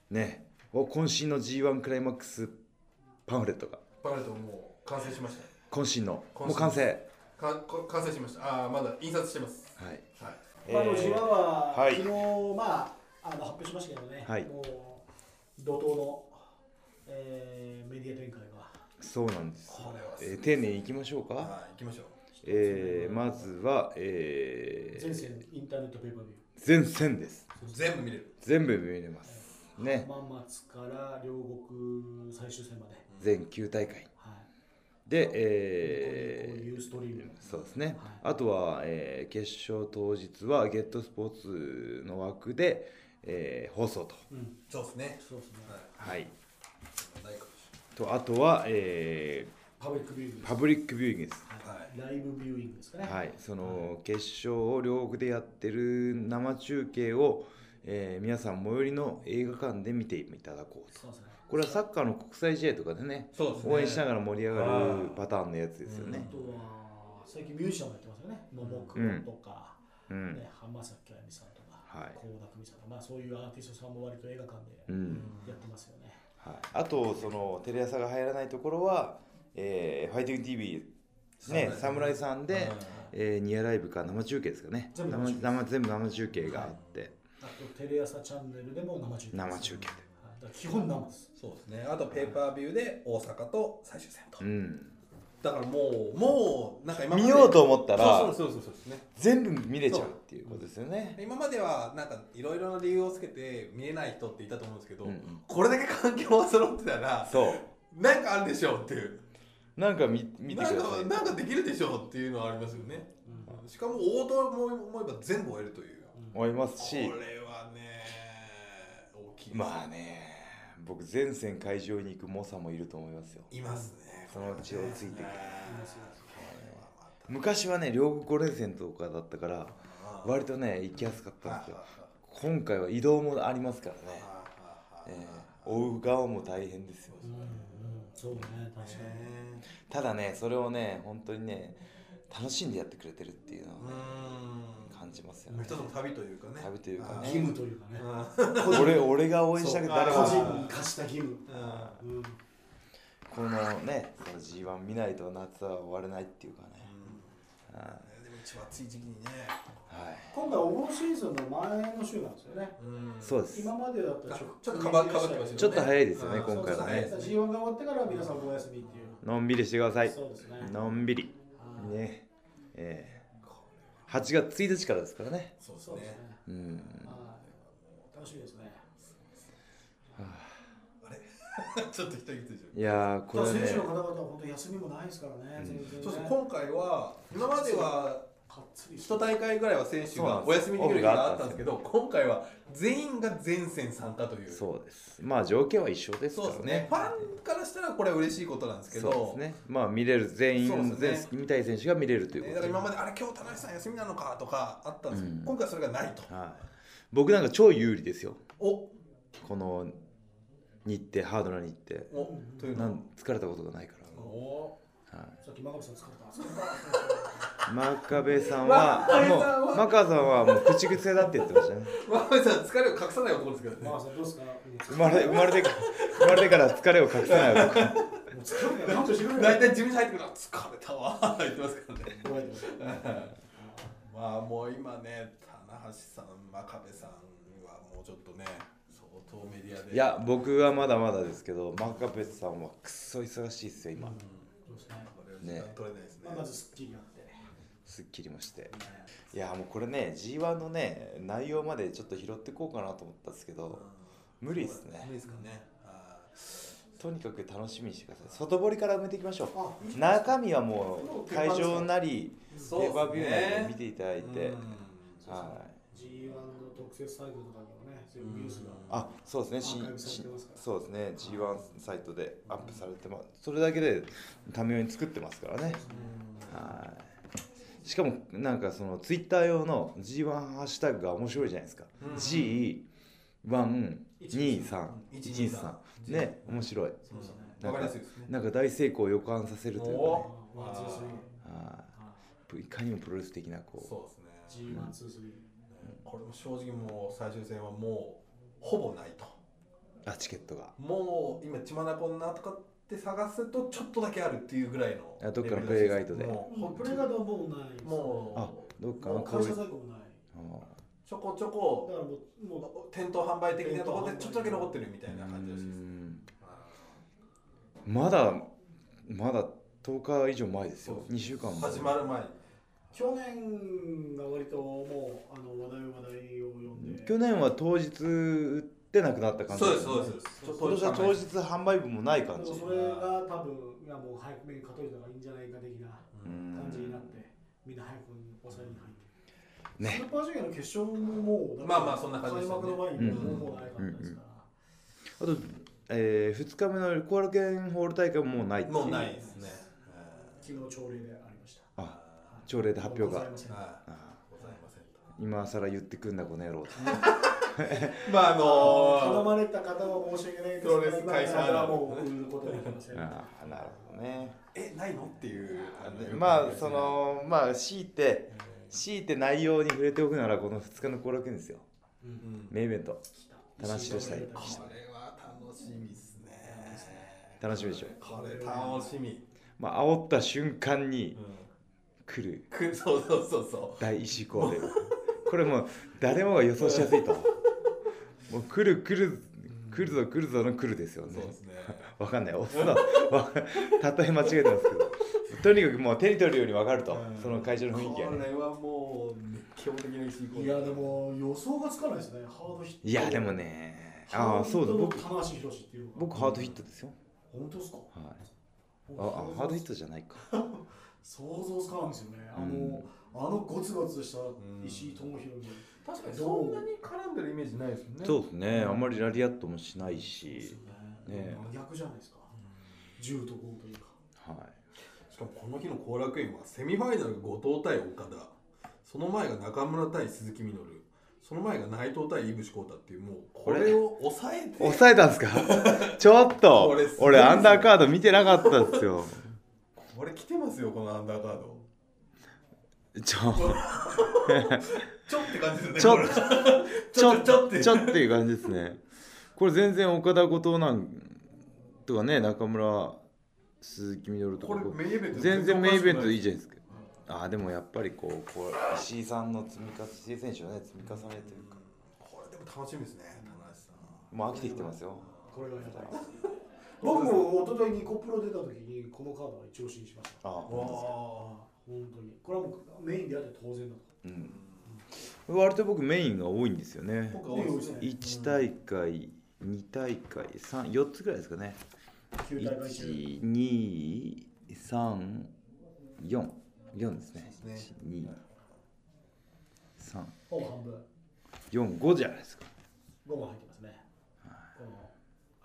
Speaker 1: い、ねお渾身の G1 クライマックスパンフレットが
Speaker 3: パレットもう完成しまし
Speaker 1: 渾身の
Speaker 3: 渾身
Speaker 1: もう完成
Speaker 3: たかこ完成しましたああまだ印刷してます
Speaker 1: はい、
Speaker 3: はい
Speaker 1: え
Speaker 2: まあ、でも G1
Speaker 1: ー
Speaker 2: は、
Speaker 1: はい
Speaker 2: 昨日、まあ、あの発表しましたけどね、
Speaker 1: はい
Speaker 2: もう怒涛の、えーメディア展開が、
Speaker 1: そうなんです
Speaker 3: これはすごい
Speaker 1: えー丁寧にいきましょうか、
Speaker 3: はい行きましょう
Speaker 1: えー、まずは、え
Speaker 2: 全
Speaker 1: ー、
Speaker 2: 線インターネットペーパービュー、
Speaker 1: 前線です
Speaker 3: 全部見れる
Speaker 1: 全部見れますね
Speaker 2: 浜松から両国最終戦まで、
Speaker 1: 全9大会
Speaker 2: はい、
Speaker 1: で
Speaker 2: こう
Speaker 1: えー
Speaker 2: いうストリーム、
Speaker 1: そうですね、
Speaker 2: はい
Speaker 1: あとは、えー決勝当日はゲットスポーツの枠で、えー放送と
Speaker 2: うん、
Speaker 3: そうですね
Speaker 2: そうですね、
Speaker 3: は
Speaker 1: は
Speaker 3: い
Speaker 1: い
Speaker 3: 大工
Speaker 1: とあとは、え
Speaker 2: パブリックビューイング
Speaker 1: ーパブリックビューイングです
Speaker 2: はい、ライブビューイングですかね、
Speaker 1: はい、その決勝を両国でやってる生中継を、えー皆さん最寄りの映画館で見ていただこうと
Speaker 2: そうですね、
Speaker 1: これはサッカーの国際試合とかでね
Speaker 3: そうですね
Speaker 1: 応援しながら盛り上がる
Speaker 3: あー
Speaker 1: パターンのやつですよ
Speaker 2: あ
Speaker 1: ね、
Speaker 2: とは最近ミュージシャンもやってますよね、ももク
Speaker 1: うん
Speaker 2: ロとか、
Speaker 1: うん
Speaker 2: ね、浜崎あゆみさんとか、
Speaker 1: はい
Speaker 2: 倖田來未さんとか、まあ、そういうアーティストさんも割と映画館で。
Speaker 1: うん
Speaker 2: やってますよね。
Speaker 1: はい、あとそのテレ朝が入らないところは、えーファイティング TV ね侍さんで、えーニアライブか生中継ですかね
Speaker 2: 全部
Speaker 1: 生
Speaker 2: 生
Speaker 1: 生
Speaker 2: 中継
Speaker 1: 全部生中継があって、
Speaker 2: あとテレ朝チャンネルでも生中継です。
Speaker 1: 生中継で
Speaker 2: はいだから基本生です。
Speaker 3: そうですねあとペーパービューで大阪と最終戦と
Speaker 1: うん、
Speaker 3: だからもうもうなんか今まで
Speaker 1: 見ようと思ったら
Speaker 3: そうそうそうそうそうですね
Speaker 1: 全部見れちゃうっていうことですよね
Speaker 3: 今まではなんかいろいろな理由をつけて見えない人っていたと思うんですけど、
Speaker 1: うんうん
Speaker 3: これだけ環境が揃ってたら
Speaker 1: そ
Speaker 3: なんかあるでしょうっていう
Speaker 1: うなんか見見て
Speaker 3: なん
Speaker 1: くだ
Speaker 3: か
Speaker 1: さい
Speaker 3: なんかできるでしょうっていうのはありますよね、しかも王道も思えば全部終えるという、
Speaker 1: 思いますし
Speaker 3: これはね大きいです
Speaker 1: まあね僕全線会場に行く猛者もいると思いますよ
Speaker 3: いますね
Speaker 1: そのうち追いついてくる
Speaker 3: ますよ
Speaker 1: 昔はね両国5連戦とかだったから
Speaker 3: あ
Speaker 1: 割とね行きやすかったんですよ
Speaker 3: あ
Speaker 1: 今回は移動もありますからね、
Speaker 3: ああ
Speaker 1: えー追う側も大変ですよ
Speaker 2: うんうん、そうね、確かに。
Speaker 3: ね
Speaker 1: ただねそれをね本当にね楽しんでやってくれてるっていうのをね
Speaker 3: う
Speaker 1: 感じますよ
Speaker 3: ん
Speaker 1: ね
Speaker 3: 一つの旅というかね
Speaker 1: 旅というかね
Speaker 2: 義務というかね、
Speaker 3: ああ
Speaker 1: 俺俺が応援したけど
Speaker 3: そう
Speaker 1: 誰
Speaker 2: 個
Speaker 1: が
Speaker 2: 人に課した義務。
Speaker 3: うん
Speaker 2: うん、
Speaker 1: このねその G1 見ないと夏は終われないっていうかね、は
Speaker 3: でも一番暑い時期にね。
Speaker 1: いはい
Speaker 2: 今回、お盆シーズンの前の週なんですよね。
Speaker 3: うん
Speaker 1: そうです
Speaker 2: 今までだったら
Speaker 3: ちょちょっとかばかばってました
Speaker 1: ちょっと早いですよね
Speaker 3: うん
Speaker 1: 今回はね
Speaker 2: そうです G1 が終わってから皆さんお休みっていう。
Speaker 1: のんびりしてください
Speaker 2: そうですね。
Speaker 1: のんびり
Speaker 2: はい
Speaker 1: ねええ8月1日からですからね
Speaker 3: そうです
Speaker 2: そうですね
Speaker 3: ね。。
Speaker 1: うん
Speaker 2: はい楽しみですね。
Speaker 3: ちょっと一息ついちゃう。
Speaker 1: いやーこ
Speaker 2: ただ
Speaker 1: れ
Speaker 2: 選手
Speaker 1: ね
Speaker 2: の方々は本当休みもないですからね、全然ね。
Speaker 3: そうですね。今回は今までは
Speaker 2: かっつり
Speaker 3: 一大会ぐらいは選手
Speaker 1: そうなん
Speaker 3: が
Speaker 1: です
Speaker 3: お休みできる
Speaker 1: オ
Speaker 3: 日
Speaker 1: フが
Speaker 3: が
Speaker 1: あ
Speaker 3: あ
Speaker 1: っ
Speaker 3: ったた
Speaker 1: ん
Speaker 3: ん
Speaker 1: で
Speaker 3: です
Speaker 1: け
Speaker 3: すけど、今回は全員が全戦参加という。う
Speaker 1: そうですまあ条件は一緒ですか
Speaker 3: そう
Speaker 1: ら
Speaker 3: ですね
Speaker 1: ね。
Speaker 3: ファンからしたらこれは嬉しいことなんですけ
Speaker 1: そ
Speaker 3: ど。
Speaker 1: うですねまあ見れる全
Speaker 3: そう
Speaker 1: 員
Speaker 3: ですね
Speaker 1: 全見たい選手が見れるというこ
Speaker 3: ね
Speaker 1: と
Speaker 3: だ
Speaker 1: で
Speaker 3: から今まであれ今日田中さん休みなのかとかあったんですけど、
Speaker 1: うん
Speaker 3: 今回はそれがないと。
Speaker 1: はい僕なんか超有利ですよ
Speaker 3: お、
Speaker 1: この日程ハードな日程
Speaker 3: おという
Speaker 1: な
Speaker 3: の
Speaker 1: ん疲れたことがないか
Speaker 3: お
Speaker 1: ら、はい
Speaker 2: さっき真壁さん使った
Speaker 1: 真壁さんはもう真壁さんはもう口癖だって言ってましたね
Speaker 3: わかめさん疲れを隠さない男ですけどね
Speaker 2: 真壁さんどうですか
Speaker 1: 生まれ生まれてから生まれてから疲れを隠せない男
Speaker 2: もう疲れたよ。してくれ
Speaker 3: 大体事務所入ってくるの疲れたわって言ってますからねまあもう今ね棚橋さん真壁さんはもうちょっとね相当メディアで
Speaker 1: いや僕はまだまだですけど真壁さんはくっそ忙しいっすよ今
Speaker 2: そうですね
Speaker 3: これは時間取れないですね
Speaker 2: まあまずスッキリやって
Speaker 1: すっきりもしていやもうこれね g 1のね内容までちょっと拾ってこうかなと思ったんですけ
Speaker 3: うん
Speaker 1: ど無理っす
Speaker 3: 無
Speaker 1: ね
Speaker 3: 理ですかねあ
Speaker 1: とにかく楽しみにしてください外堀から埋めていきましょ
Speaker 2: あ
Speaker 1: う中身はもう会場なり
Speaker 3: ー
Speaker 1: ペ
Speaker 3: そう
Speaker 1: ーパー
Speaker 3: っす
Speaker 1: ビューなりで見
Speaker 3: ね
Speaker 1: ていただいて、
Speaker 3: うん
Speaker 1: はい
Speaker 2: G1 の特設サイトとかにもねそういうニュースが
Speaker 1: あそうですねし
Speaker 2: アーカイブされ
Speaker 1: して
Speaker 2: ますから
Speaker 1: そうですね G1 サイトでアップされてますそれだけでためように作ってますからねはいしかもなんかそのツイッター用の G1 ハッシュタグが面白いじゃないですか、
Speaker 3: うん
Speaker 1: G123
Speaker 3: 123
Speaker 1: ね面白い
Speaker 2: そうですね
Speaker 3: わかりやすいですね
Speaker 1: なんか大成功を予感させるというか、ね
Speaker 3: お
Speaker 2: ワンツースリー
Speaker 1: はいいかにもプロレス的なこ
Speaker 3: そうですね
Speaker 2: G1 ツースリー
Speaker 3: これも正直もう最終戦はもうほぼないと
Speaker 1: うあチケットが
Speaker 3: もう今血まなこんなとかって探すとちょっとだけあるっていうぐらいの
Speaker 1: あどっかのプレイガイドで
Speaker 3: もう
Speaker 2: もうプレイガードはもうないです
Speaker 1: あ
Speaker 3: もう
Speaker 1: どっか
Speaker 2: も
Speaker 1: の
Speaker 2: う
Speaker 1: 香
Speaker 2: 会
Speaker 1: り
Speaker 2: 社在庫もない
Speaker 3: ちょこち
Speaker 2: だ
Speaker 3: ょ
Speaker 2: か
Speaker 3: こ
Speaker 2: らもうもう
Speaker 3: 店頭販売的なところでちょっとだけ残ってるみたいな感じらしいです
Speaker 1: うん
Speaker 3: あ
Speaker 1: まだまだ10日以上前です
Speaker 3: そう
Speaker 1: よ
Speaker 3: で。す
Speaker 1: 2週間
Speaker 3: ー
Speaker 1: 前。
Speaker 3: 始まる前に
Speaker 2: 去年が割ともうあの話題話題を呼んで
Speaker 1: 去年は当日売ってなくなった感じ。
Speaker 3: そうですそうですちょっと
Speaker 1: 今年は当日販売分もない
Speaker 2: で
Speaker 1: 感
Speaker 2: も
Speaker 1: じ。
Speaker 2: それが多分いやもう早く目にかといた方がいいんじゃないか的な
Speaker 1: うん
Speaker 2: 感じになってみんな早く抑えに
Speaker 1: ね
Speaker 2: 入ってスーパージュニアの決勝ももうだって
Speaker 3: まあまあそんな感じで
Speaker 2: 開
Speaker 3: すよ
Speaker 2: 幕
Speaker 3: ね
Speaker 2: の前にもうもう早かったですか
Speaker 1: あ
Speaker 2: ら
Speaker 1: と、え2日目の後楽園ホール大会ももうないって
Speaker 3: もうないですね
Speaker 2: 昨日朝礼でありました
Speaker 3: うん
Speaker 1: あ朝礼で発表
Speaker 2: ござ
Speaker 1: が
Speaker 2: いません
Speaker 3: は
Speaker 1: あ
Speaker 3: いございませんと
Speaker 1: 今更言ってくんなこの野郎と
Speaker 3: まああ
Speaker 2: 頼
Speaker 3: の
Speaker 2: まれた方は申し訳ないですけ
Speaker 3: プロ
Speaker 2: ど
Speaker 3: レス会社
Speaker 2: 今からもう売ることはできません
Speaker 1: ああなるほどね
Speaker 3: えないのっていうあの
Speaker 1: まあそのまあ強いて強いて内容に触れておくならこの2日の後楽園ですよ
Speaker 3: うん
Speaker 1: メインイベント
Speaker 2: 来
Speaker 1: 楽しみにしたい
Speaker 3: これは楽しみですね
Speaker 1: 楽しみでしょ
Speaker 3: これ楽しみ
Speaker 1: まあ煽った瞬間に来る
Speaker 3: くそうそうそうそ
Speaker 1: 大石工でこれもう誰もが予想しやすいともう来る来る来るぞ来るぞの来るですよ
Speaker 3: う
Speaker 1: ね
Speaker 3: そうですね
Speaker 1: わかんない押すのわ例え間違えてますけどとにかくもう手に取るようにわかると、
Speaker 3: うん
Speaker 1: その会場の雰囲気は
Speaker 3: こ
Speaker 1: ね
Speaker 3: れはもう熱狂的な石井
Speaker 2: いやでも予想がつかないですねハードヒット
Speaker 1: いやでもねあ
Speaker 2: ハ
Speaker 1: あ
Speaker 2: ード
Speaker 1: そ
Speaker 2: ヒ
Speaker 1: う
Speaker 2: ッ
Speaker 1: だ
Speaker 2: トの
Speaker 1: 僕
Speaker 2: 棚橋宏っていうのが
Speaker 1: 僕ハードヒットですよ、
Speaker 2: 本当ですか
Speaker 1: はい、ああハードヒットじゃないか
Speaker 2: 想像つかないんですよねあの、
Speaker 1: うん
Speaker 2: あのゴツゴツした
Speaker 3: ん
Speaker 2: 石井智弘に
Speaker 3: 確かに
Speaker 2: に
Speaker 3: そ
Speaker 2: そ
Speaker 3: ん
Speaker 2: ん
Speaker 3: な
Speaker 2: な
Speaker 3: に絡んでるイメージないですよね
Speaker 1: そうですねあんまりラリアットもしない
Speaker 2: です
Speaker 1: し
Speaker 2: よ、ね
Speaker 1: ね
Speaker 2: 真逆じゃないですか銃とゴーというか
Speaker 1: はい、
Speaker 3: しかもこの日の後楽園はセミファイナルが後藤対岡田その前が中村対鈴木みのるその前が内藤対井口浩太っていうもうこれを抑えて
Speaker 1: 抑えたん (laughs) ですかちょっと
Speaker 3: これすごい
Speaker 1: 俺
Speaker 3: ですね
Speaker 1: アンダーカード見てなかったですよ
Speaker 3: これ来てますよこのアンダーカード
Speaker 1: ちょ
Speaker 3: ちょって感じですね
Speaker 1: ちょ
Speaker 3: これ
Speaker 1: ちょ
Speaker 3: ちょっと
Speaker 1: ちょっていう感じですね。これ全然岡田後藤なんとかね中村鈴木みのると
Speaker 3: こ
Speaker 1: か
Speaker 3: れメインイベント
Speaker 1: 全然メインイベントでいい
Speaker 3: い
Speaker 1: じゃないですか。あーでもやっぱりこうこう石井さんの積み重ね石井選手のね積み重ねというか
Speaker 3: これでも楽しみですね棚橋さん
Speaker 1: もう飽きてきてますよ。
Speaker 2: これがやばいです僕も一昨日ニコプロ出た時にこのカードは一押しにしました
Speaker 1: あ
Speaker 3: わ
Speaker 2: 本当にこれはもうメインであって当然だと
Speaker 1: ーうん。割と僕メインが多いんですよね。
Speaker 3: 僕は多いですね
Speaker 1: 1大会2大会34つぐらいですかね。
Speaker 2: 9大会中
Speaker 1: 1234ですね
Speaker 3: そうです
Speaker 2: ほぼ半分
Speaker 1: 12345じゃないですか
Speaker 2: 5も入ってますねこの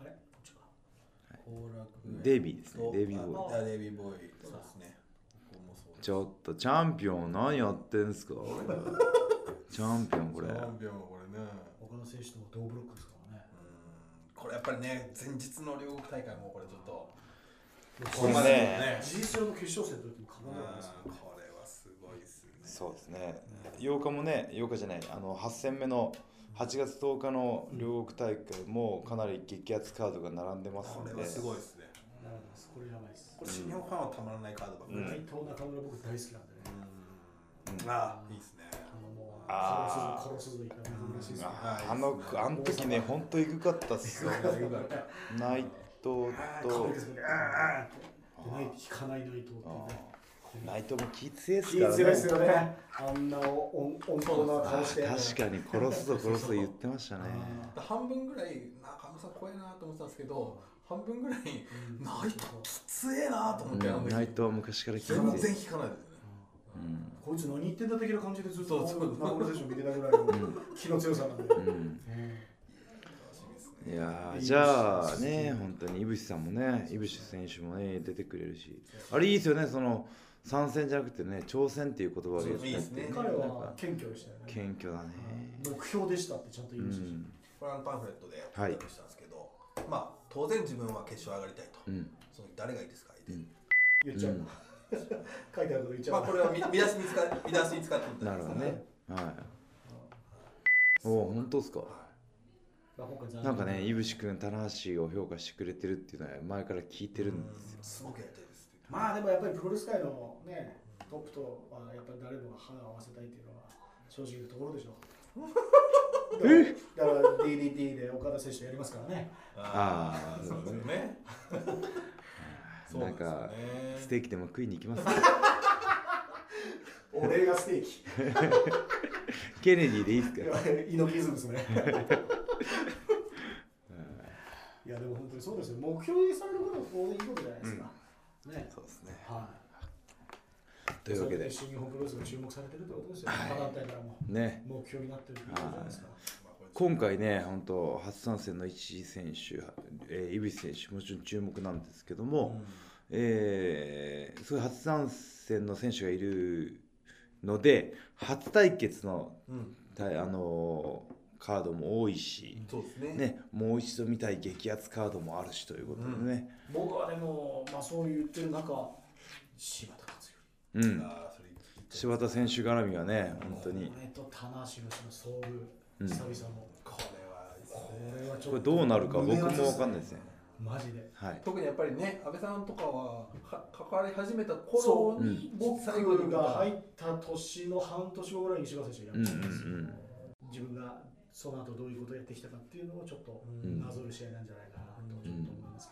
Speaker 2: あれこっちか
Speaker 3: 後楽園
Speaker 1: デビーですね
Speaker 3: と
Speaker 1: デビーボーイ
Speaker 3: あデビーボーイそうですねここもそうです
Speaker 1: ちょっとチャンピオン何やってんすかチャンピオンこれ
Speaker 3: チャンピオンはこれね
Speaker 2: 他の選手とも同ブロックですからね
Speaker 3: うん
Speaker 5: これやっぱりね前日の両国大会もこれちょっと
Speaker 1: これね
Speaker 2: 事実上の決勝戦の時もか
Speaker 3: う
Speaker 2: ぶ
Speaker 3: ん
Speaker 2: らないですよ
Speaker 3: これはすごいですね
Speaker 1: そうですね8日もね8日じゃないあの8戦目の8月10日の両国大会もかなり激アツカードが並んでます
Speaker 3: こ
Speaker 1: んで
Speaker 3: れはすごいですね
Speaker 2: なんですこれやばいです
Speaker 3: これ新日本ファンはたまらないカードばっかり
Speaker 1: うん
Speaker 2: 内藤中村僕大好きなんでね
Speaker 3: うんああいいですね
Speaker 2: あのもう
Speaker 1: あー
Speaker 2: 殺すぞ殺すぞいかないと嬉しいですよ
Speaker 1: ああのあの時ね本当エグかったっすよ内藤
Speaker 2: 顔
Speaker 1: と
Speaker 2: ですよねあーあーでない引かない内藤っていう
Speaker 1: あ
Speaker 2: ね
Speaker 1: 内藤も気強いっ
Speaker 2: 気
Speaker 1: すからね
Speaker 2: 強いですよねあんな温厚な顔して
Speaker 1: 確かに殺すぞ殺すぞ言ってましたね
Speaker 3: 半分ぐらい中村さん怖いなと思ってたんですけど半分ぐらい内藤きつえなと思ってあの
Speaker 1: うん
Speaker 3: 時
Speaker 1: 内藤は昔から気
Speaker 3: 全
Speaker 1: 強い
Speaker 3: 然引かないですね
Speaker 1: うん
Speaker 2: こいつ何言ってんだ的な感じでずっと
Speaker 3: そうそう
Speaker 2: 中村選手を見てたぐらいの気の強さなんで
Speaker 1: うん
Speaker 3: 楽しみですね
Speaker 1: いやーじゃあね本当に井渕さんもね井渕選手もね出てくれるしあれいいですよねその参戦じゃなくてね挑戦っていう言葉を入れ
Speaker 3: いい
Speaker 1: て
Speaker 3: で
Speaker 1: っ
Speaker 3: す
Speaker 1: て
Speaker 3: ね
Speaker 2: 彼は謙虚でしたよね
Speaker 1: 謙虚だね
Speaker 2: 目標でしたってちゃん
Speaker 1: う
Speaker 2: と言いましたし
Speaker 1: ん
Speaker 3: これあのパンフレットでお伝えしたんですけど、まあ当然自分は決勝上がりたいと、
Speaker 1: うん
Speaker 3: その誰がいいですか相手、
Speaker 1: うん
Speaker 2: 言っちゃうな書いてあること言っちゃ
Speaker 3: ま
Speaker 2: う
Speaker 3: あ
Speaker 2: な
Speaker 3: これは見見出しに使っ見出しに使ってみた
Speaker 1: なるほどねはいおお本当ですか
Speaker 2: まあ今回
Speaker 1: なんかね井渕君棚橋を評価してくれてるっていうのは前から聞いてるんですよ
Speaker 3: すごくやりたいですって
Speaker 2: まあでもやっぱりプロレス界のねトップとはやっぱり誰もが歯を合わせたいっていうのは正直なところでしょうだからだから DDT で岡田選手やりますからね
Speaker 1: ああ
Speaker 3: そうですよねそう
Speaker 1: な
Speaker 3: なんんですよ
Speaker 1: か
Speaker 3: ね
Speaker 1: ステーキでも食いに行きます
Speaker 2: お礼がステーキ
Speaker 1: (laughs) ケネディでいいですか
Speaker 2: 猪木イズムですね (laughs) いやでも本当にそうですよ目標にされることは当然いいことじゃないですか、ね
Speaker 1: そうですね
Speaker 2: はい
Speaker 1: というわけ
Speaker 2: それ
Speaker 1: で
Speaker 2: だ新日本プロレスが注目されてるってことですよ、ね。他団体からも
Speaker 1: ね
Speaker 2: 目標になってるってことじゃないですか、
Speaker 1: 今回ね、本当初参戦の一井選手、えー、井口選手、もちろん注目なんですけども、えーそういう初参戦の選手がいるので、初対決の
Speaker 3: うん
Speaker 1: 対あのーカードも多いし、
Speaker 3: そうですね
Speaker 1: ね、もう一度見たい激アツカードもあるしということでね、
Speaker 2: 僕はでも、まあ、そう言ってる中柴田勝
Speaker 1: うん
Speaker 3: ああそれ聞いて
Speaker 1: 柴田選手絡みはね、本当
Speaker 2: 頼
Speaker 1: に、
Speaker 2: 俺と棚橋宏の遭
Speaker 1: うん
Speaker 2: 遇久々の、
Speaker 3: これはいいです
Speaker 2: こ
Speaker 3: ね
Speaker 2: れはちょっと
Speaker 1: これどうなるか、僕
Speaker 2: 胸
Speaker 1: も
Speaker 2: 熱です
Speaker 1: 分かんないですね。
Speaker 2: マジで
Speaker 1: はい
Speaker 3: 特にやっぱりね安倍さんとかはか関わり始めた頃に
Speaker 2: 僕
Speaker 3: 最後に
Speaker 2: が入った年の半年後ぐらいに柴田選手が辞めたんですよ、
Speaker 1: うんうんうん
Speaker 2: 自分がその後どういうことをやってきたかっていうのをちょっと
Speaker 1: ん
Speaker 2: なぞる試合なんじゃないかなとちょっと思います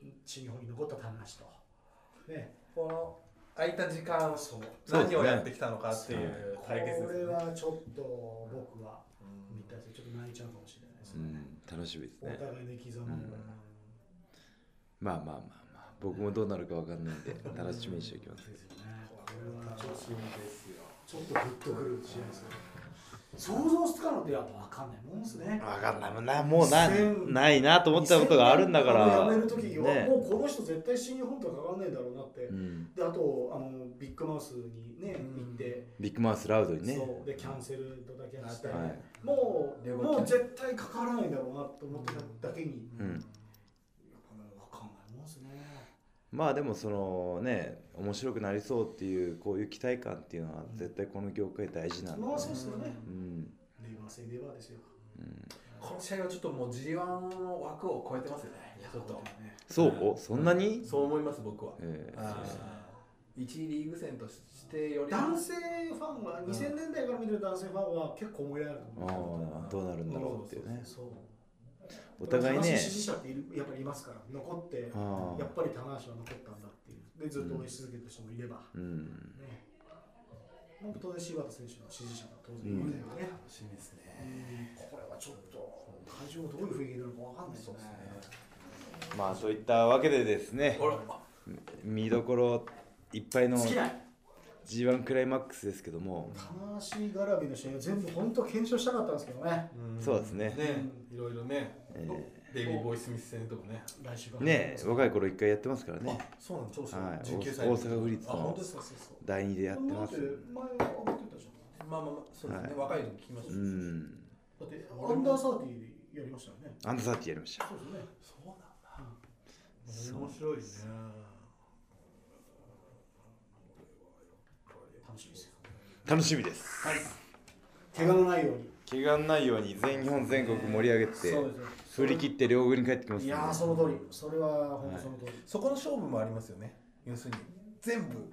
Speaker 2: けどね、新日本に残った棚橋とね
Speaker 3: この空いた時間
Speaker 2: そう
Speaker 1: そうですね
Speaker 3: 何をやってきたのかっていう
Speaker 2: こ
Speaker 3: 対決です
Speaker 2: れ
Speaker 3: ね
Speaker 2: はちょっと僕は
Speaker 3: うん
Speaker 2: 見たいですちょっと泣いちゃうかもしれないで
Speaker 1: う
Speaker 2: すね、
Speaker 1: ん、楽しみです
Speaker 2: お
Speaker 1: ね。
Speaker 2: 互いの生き様を、
Speaker 1: まあまあまあまあ僕もどうなるかわかんないんで楽しみにしておき
Speaker 2: (laughs)
Speaker 1: ます
Speaker 2: ですよねこれはちょっと
Speaker 3: 楽しみですよ
Speaker 2: ちょっとグッとくる試合ですよね想像つかんのってやっぱ分かんないもんですね
Speaker 1: わかんないもんなもうな
Speaker 2: 2000
Speaker 1: ないなと思ったことがあるんだから
Speaker 2: 2000年の辞める時は、
Speaker 1: ね
Speaker 2: もうこの人絶対新日本とは関わんないだろうなって、
Speaker 1: うん、
Speaker 2: であとあのビッグマウスにね
Speaker 3: うん
Speaker 2: 行って、
Speaker 1: ビッグマウスラウドにね
Speaker 2: そうでキャンセルとだけして、
Speaker 3: は
Speaker 1: はい
Speaker 2: もう
Speaker 3: 両方
Speaker 2: もう絶対関わらないだろうなと思ってただけに、
Speaker 1: う
Speaker 2: やっ
Speaker 1: ん、
Speaker 2: ぱもう分かんないもんですね
Speaker 1: まあでもそのね面白くなりそうっていうこういう期待感っていうのは絶対この業界大事なんで、
Speaker 2: まあそうですよね
Speaker 1: うん、
Speaker 2: レバー戦レバーですよ
Speaker 3: この試合はちょっともう G1 の枠を超えてますよねちょっと
Speaker 1: そうそんなに、
Speaker 3: そう思います僕は
Speaker 1: えー
Speaker 3: あー一リーグ戦としてより
Speaker 2: 男性ファンは2000年代から見てる男性ファンは結構盛り上がると
Speaker 1: あ
Speaker 2: 思う
Speaker 1: ーどうなるんだろうっていうね
Speaker 2: そう
Speaker 1: お互い
Speaker 2: 棚橋
Speaker 1: ね
Speaker 2: 支持者っているやっぱりいますから残ってやっ
Speaker 1: あー
Speaker 2: ぱり棚橋は残ったんだっていうでずっと応援し続けてる人もいれば、
Speaker 1: うん
Speaker 2: ねもう当然柴田選手の支持者も当然いるんだよね、
Speaker 3: 楽しみですね
Speaker 2: これはちょっと会場どういう雰囲気になるかわかんないですね
Speaker 1: まあそういったわけでですね
Speaker 3: あら
Speaker 1: 見どころいっぱいの
Speaker 2: 好きな
Speaker 1: G1 クライマックスですけども、
Speaker 2: 棚橋絡みの試合を全部本当検証したかったんですけどね
Speaker 1: そうですね
Speaker 3: ねいろいろねデイビー・ボーイ・スミス戦とかね
Speaker 2: 来週から
Speaker 1: ねえ若い頃一回やってますからね
Speaker 3: そうなんそうそう
Speaker 1: はい
Speaker 3: 19歳
Speaker 1: 大阪フリーズ
Speaker 3: あ本当で
Speaker 1: の
Speaker 3: す
Speaker 2: そうそうそう
Speaker 1: 第二でやってます
Speaker 2: だって前上がってたじゃん
Speaker 3: まあまあまあそうですね若い時聞きました
Speaker 1: うん
Speaker 2: だってアンダーサーティーやりましたよね。
Speaker 1: アンダーサーティやりました
Speaker 2: そうですね。
Speaker 3: そう
Speaker 1: そう
Speaker 3: なんだ面白いね
Speaker 2: 楽しみですよ。
Speaker 1: 楽しみです
Speaker 2: 怪我のないように。
Speaker 1: 怪我のないように全日本全国盛り上げて
Speaker 2: そうですよ。
Speaker 1: 振り切って両国に帰ってきます
Speaker 2: い
Speaker 1: んで
Speaker 2: やー、その通り。それは本当その通り。
Speaker 5: そこの勝負もありますよね要するに全部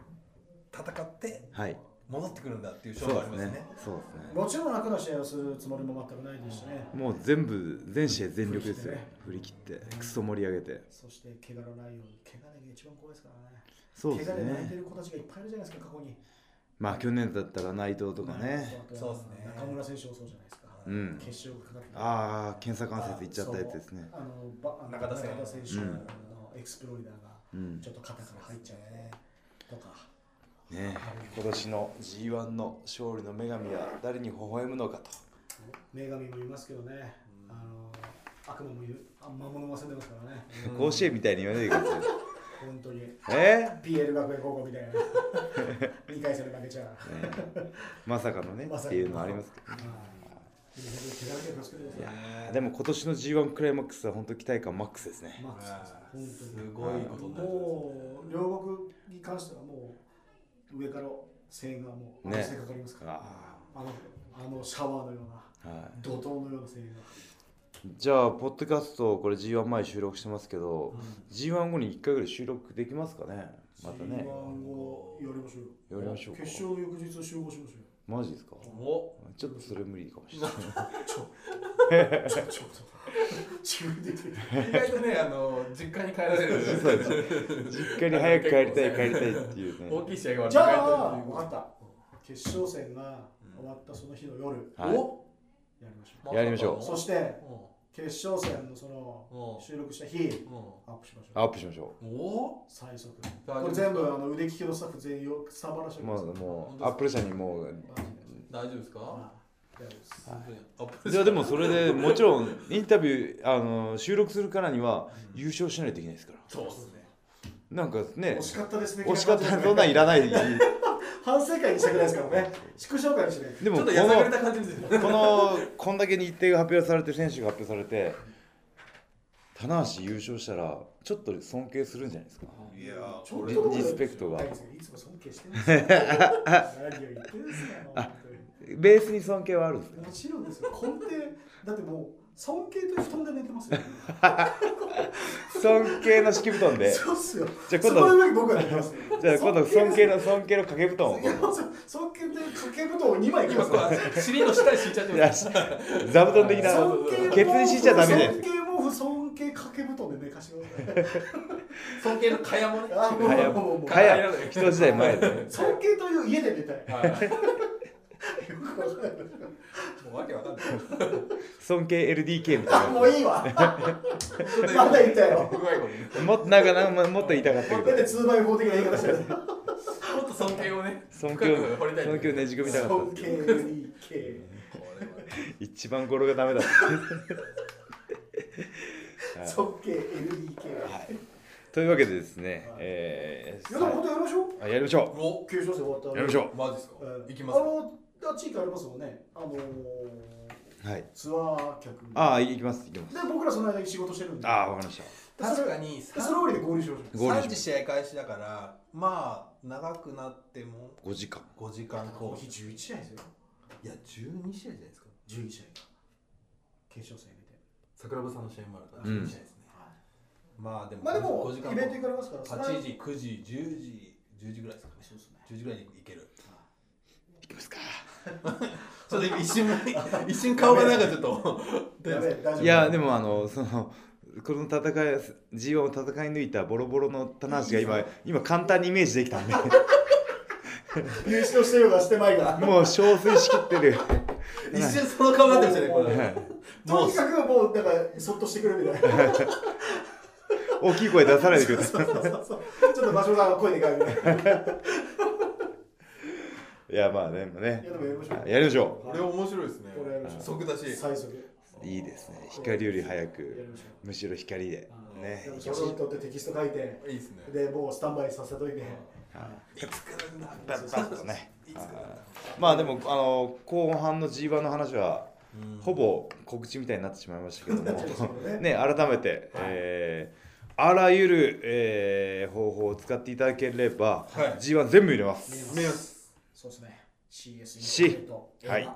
Speaker 5: 戦って
Speaker 1: はい
Speaker 5: 戻ってくるんだっていう
Speaker 1: そ
Speaker 5: 勝負あ
Speaker 1: う
Speaker 5: り
Speaker 1: で
Speaker 5: ますす
Speaker 1: ね
Speaker 5: ね
Speaker 1: そうですね
Speaker 2: もちろん楽な試合をするつもりも全くないですしね。
Speaker 1: もう全部全試合全力ですよ
Speaker 2: そうです
Speaker 1: 振り切ってクソ盛り上げて
Speaker 2: そして怪我のないように、怪我だけが一番怖いですからね。
Speaker 1: そうです
Speaker 2: 怪我で泣いて
Speaker 1: ね
Speaker 2: る子たちがいっぱいいるじゃないですか、過去に。
Speaker 1: まあ去年だったら内藤とかね
Speaker 5: そうですね
Speaker 2: 中村選手もそうじゃないですか。
Speaker 1: うん
Speaker 2: 決勝がかかってた
Speaker 1: ああ検査関節いっちゃったやつですね
Speaker 2: あのばあの
Speaker 5: 中田選手
Speaker 2: 選手のエクスプロイダーが
Speaker 1: うん
Speaker 2: ちょっと肩から入っちゃうね。とか。
Speaker 1: ね今年の G1 の勝利の女神は誰に微笑むのかと
Speaker 2: 女神もいますけどね、あの悪魔もいる、あ魔物忘れてますからね、
Speaker 1: 甲子園みたいに言わないでください
Speaker 2: 本当に。
Speaker 1: え
Speaker 2: PL 学園高校み
Speaker 1: (laughs)
Speaker 2: たいな、2回戦で負けちゃう。
Speaker 1: ーねまさかのね
Speaker 2: ま
Speaker 1: っ
Speaker 2: さかの
Speaker 1: ていうのはありますけど
Speaker 2: はいでも本当に手だらけで助けてく
Speaker 1: い
Speaker 2: だ
Speaker 1: や
Speaker 2: さい
Speaker 1: ーでも今年の G1 クライマックスは本当期待感マックスですね
Speaker 2: マックスです本当に
Speaker 3: すごいことになる
Speaker 2: もう両国に関してはもう上から声援がもう
Speaker 1: ね
Speaker 2: ねかかりますから、
Speaker 1: あ
Speaker 2: あのあのシャワーのような
Speaker 1: ーはい
Speaker 2: 怒涛のような声援が
Speaker 1: じゃあポッドキャストこれ G1 前収録してますけど、G1 後に1回ぐらい収録できますかねまたね
Speaker 2: G1 をやりましょうよ
Speaker 1: やりましょうか
Speaker 2: 決勝の翌日集合しましょうよ
Speaker 1: マジですか
Speaker 3: お
Speaker 1: ちょっとそれ無理かもしれない
Speaker 2: ちょっと
Speaker 1: (laughs)
Speaker 2: 自分で言って
Speaker 5: 意外とねあの実家に帰られる
Speaker 1: そうですね実家に早く帰りたい帰りたいっていうね
Speaker 5: (laughs) 大
Speaker 3: (laughs)
Speaker 5: きい試合が
Speaker 2: じゃあ
Speaker 5: 終
Speaker 2: 分
Speaker 5: わ
Speaker 2: か
Speaker 5: っ
Speaker 2: ったた決勝戦が終わったその日の夜、
Speaker 1: はい
Speaker 3: お
Speaker 2: やりましょ
Speaker 1: やりましょう
Speaker 2: う
Speaker 1: お
Speaker 2: そして
Speaker 3: う
Speaker 2: 決勝戦のその
Speaker 3: うん
Speaker 2: 収録した日
Speaker 3: んうん
Speaker 2: アップしましょう
Speaker 1: アップしましょ
Speaker 3: お
Speaker 2: 最速
Speaker 3: 大丈
Speaker 2: これ
Speaker 3: 夫ですか
Speaker 2: 全部あの腕利きのスタッフ全員よくさばらして
Speaker 1: う
Speaker 2: く
Speaker 1: まあ
Speaker 2: ださい
Speaker 1: もうアップル社にもう
Speaker 2: (laughs) マジで
Speaker 3: 大丈夫ですか
Speaker 2: あ大丈夫です
Speaker 3: 本当にアップ
Speaker 1: じゃあでもそれでもちろんインタビューあの収録するからには優勝しないといけないですから
Speaker 3: そうですね
Speaker 1: なんかね
Speaker 2: 惜しかったですね
Speaker 1: 惜しかったそんなんいらないで
Speaker 2: 反省会にしたくないですからね祝勝会にしてね
Speaker 1: も
Speaker 3: (laughs) ちょ
Speaker 1: こ
Speaker 3: っとやさぐれ
Speaker 1: の
Speaker 3: た感じですよ
Speaker 1: このこんだけ日程が発表されて選手が発表されて棚橋優勝したらちょっと尊敬するんじゃないですか
Speaker 3: いやー
Speaker 2: ちょっと
Speaker 1: リリスペクトが
Speaker 2: いつも尊敬して
Speaker 1: (laughs)
Speaker 2: ますよ何を言ってるんですか本当に
Speaker 1: ベースに尊敬はあるんです
Speaker 2: も
Speaker 1: か
Speaker 2: ちろんですよ根底だってもう尊敬という布団で寝てますよ
Speaker 1: 尊敬の敷布団で
Speaker 2: そうっすよ
Speaker 1: じゃあ
Speaker 2: そ
Speaker 1: 今
Speaker 2: この
Speaker 1: 度
Speaker 2: 上に僕が寝てますよ
Speaker 1: じゃあ今度尊敬の尊敬の掛け布団を
Speaker 2: いやそう尊敬という掛け布団を2枚いきま
Speaker 3: 今
Speaker 2: す
Speaker 3: こ
Speaker 2: から
Speaker 3: う尻の下に敷いちゃって
Speaker 1: い
Speaker 3: ま
Speaker 1: や
Speaker 3: す
Speaker 1: し座布団的な
Speaker 2: 尊敬
Speaker 1: ケツに敷いちゃダメだよ
Speaker 2: 尊敬も不尊敬掛け布団で寝
Speaker 1: (laughs)
Speaker 2: かしてください
Speaker 3: 尊敬の蚊帳もね
Speaker 2: あもう
Speaker 1: かや
Speaker 2: もうもうもう
Speaker 1: かや人時代前で
Speaker 2: 尊敬という家で寝たい。よ
Speaker 3: はい
Speaker 2: くわかんない
Speaker 3: もうわけわかんない
Speaker 1: 尊敬 LDK みた
Speaker 2: あ
Speaker 1: い
Speaker 2: もういいわ。まだ言ったよ。
Speaker 3: うまいことね
Speaker 1: なもっとなんかなんかもっと言いたかった
Speaker 2: だっ
Speaker 1: け
Speaker 2: て
Speaker 1: ど
Speaker 2: 2倍法的な言い方してる。
Speaker 3: もっと尊敬をね
Speaker 1: 尊敬
Speaker 3: 深く掘りたい
Speaker 1: を尊敬をねじ込みたかった
Speaker 2: 尊敬 2K。
Speaker 3: これはね
Speaker 1: 一番語呂がダメだ
Speaker 2: 尊敬 LDK。はい。
Speaker 1: というわけでですねえ
Speaker 2: いやでも
Speaker 1: ー
Speaker 2: 本当やりましょう。
Speaker 1: あやりましょ
Speaker 3: お
Speaker 2: 決勝戦終わった
Speaker 1: う
Speaker 2: ら。
Speaker 1: やりまし
Speaker 2: ょ
Speaker 1: ょ
Speaker 3: マジですか行きま
Speaker 2: あ
Speaker 3: すか
Speaker 2: の地域ありますもんね。あのー
Speaker 1: うはい
Speaker 2: ツアー客。
Speaker 1: ああ行きます行きます
Speaker 2: で僕らその間に仕事してるんで。
Speaker 1: ああわかりました
Speaker 2: でそ
Speaker 5: 確
Speaker 2: れ
Speaker 5: かに
Speaker 2: でそれ折りで合流しましょう。
Speaker 1: ゴール
Speaker 5: 3時試合開始だからまあ長くなっても
Speaker 1: 5時間
Speaker 5: 5時間
Speaker 2: コー
Speaker 5: 後
Speaker 2: ヒー11試合ですよ。
Speaker 3: いや12試合じゃないですか
Speaker 2: 11試合か。決勝戦入れて。
Speaker 3: 桜庭さんの試合もあるから
Speaker 1: うん
Speaker 3: 12試合ですねまあでも
Speaker 2: まあでも
Speaker 3: 5
Speaker 2: イ
Speaker 3: 時
Speaker 2: ベ
Speaker 3: 間
Speaker 2: ント行
Speaker 3: 後
Speaker 2: かれますから。
Speaker 3: 8時9時10時10時ぐらいですかね
Speaker 2: そうですね。
Speaker 3: 10時ぐらいに行ける
Speaker 1: 行きますか
Speaker 3: ちょっと今一瞬一瞬 (laughs) 顔がなんかちょっと
Speaker 2: やべえ大丈夫
Speaker 1: いやでもあのそのこの戦い G1 を戦い抜いたボロボロの棚橋が今今簡単にイメージできたんで
Speaker 2: 優勝してようがしてまいが。
Speaker 1: (laughs) もう憔悴しきってる
Speaker 3: 一瞬その顔になってましたねこれ
Speaker 2: とにかくもうだからそっとしてくれみたいな。
Speaker 1: 大きい声出さないでくださ
Speaker 2: そうそうそうちょっと場所が声でかいみたいな。い
Speaker 1: いいやまあでもね
Speaker 2: やでもやりましょう。
Speaker 1: やりましょ
Speaker 3: これ面白いですね
Speaker 2: これやりましょう
Speaker 3: 即出し
Speaker 2: 最速。
Speaker 1: ういいですね光より早
Speaker 2: やり
Speaker 1: く
Speaker 2: ましょ
Speaker 1: むしろ光で
Speaker 2: う。
Speaker 1: ね
Speaker 2: でも写真撮ってテキスト書いて、
Speaker 3: いいですね
Speaker 2: でもうスタンバイさせといて。
Speaker 3: いつ来るんだ
Speaker 1: バッバッとね
Speaker 3: いつ来るんだ
Speaker 1: まあでもあの後半の G1 の話は
Speaker 3: うん
Speaker 1: ほぼ告知みたいになってしまいましたけど
Speaker 3: (laughs)
Speaker 1: も
Speaker 2: ね
Speaker 1: ね改めて、えーあらゆる、えー方法を使っていただければ、
Speaker 3: はい
Speaker 1: G1 全部入れます
Speaker 3: 見えます
Speaker 2: そうですね。CS イ
Speaker 1: C
Speaker 2: ンターネット映画
Speaker 1: はい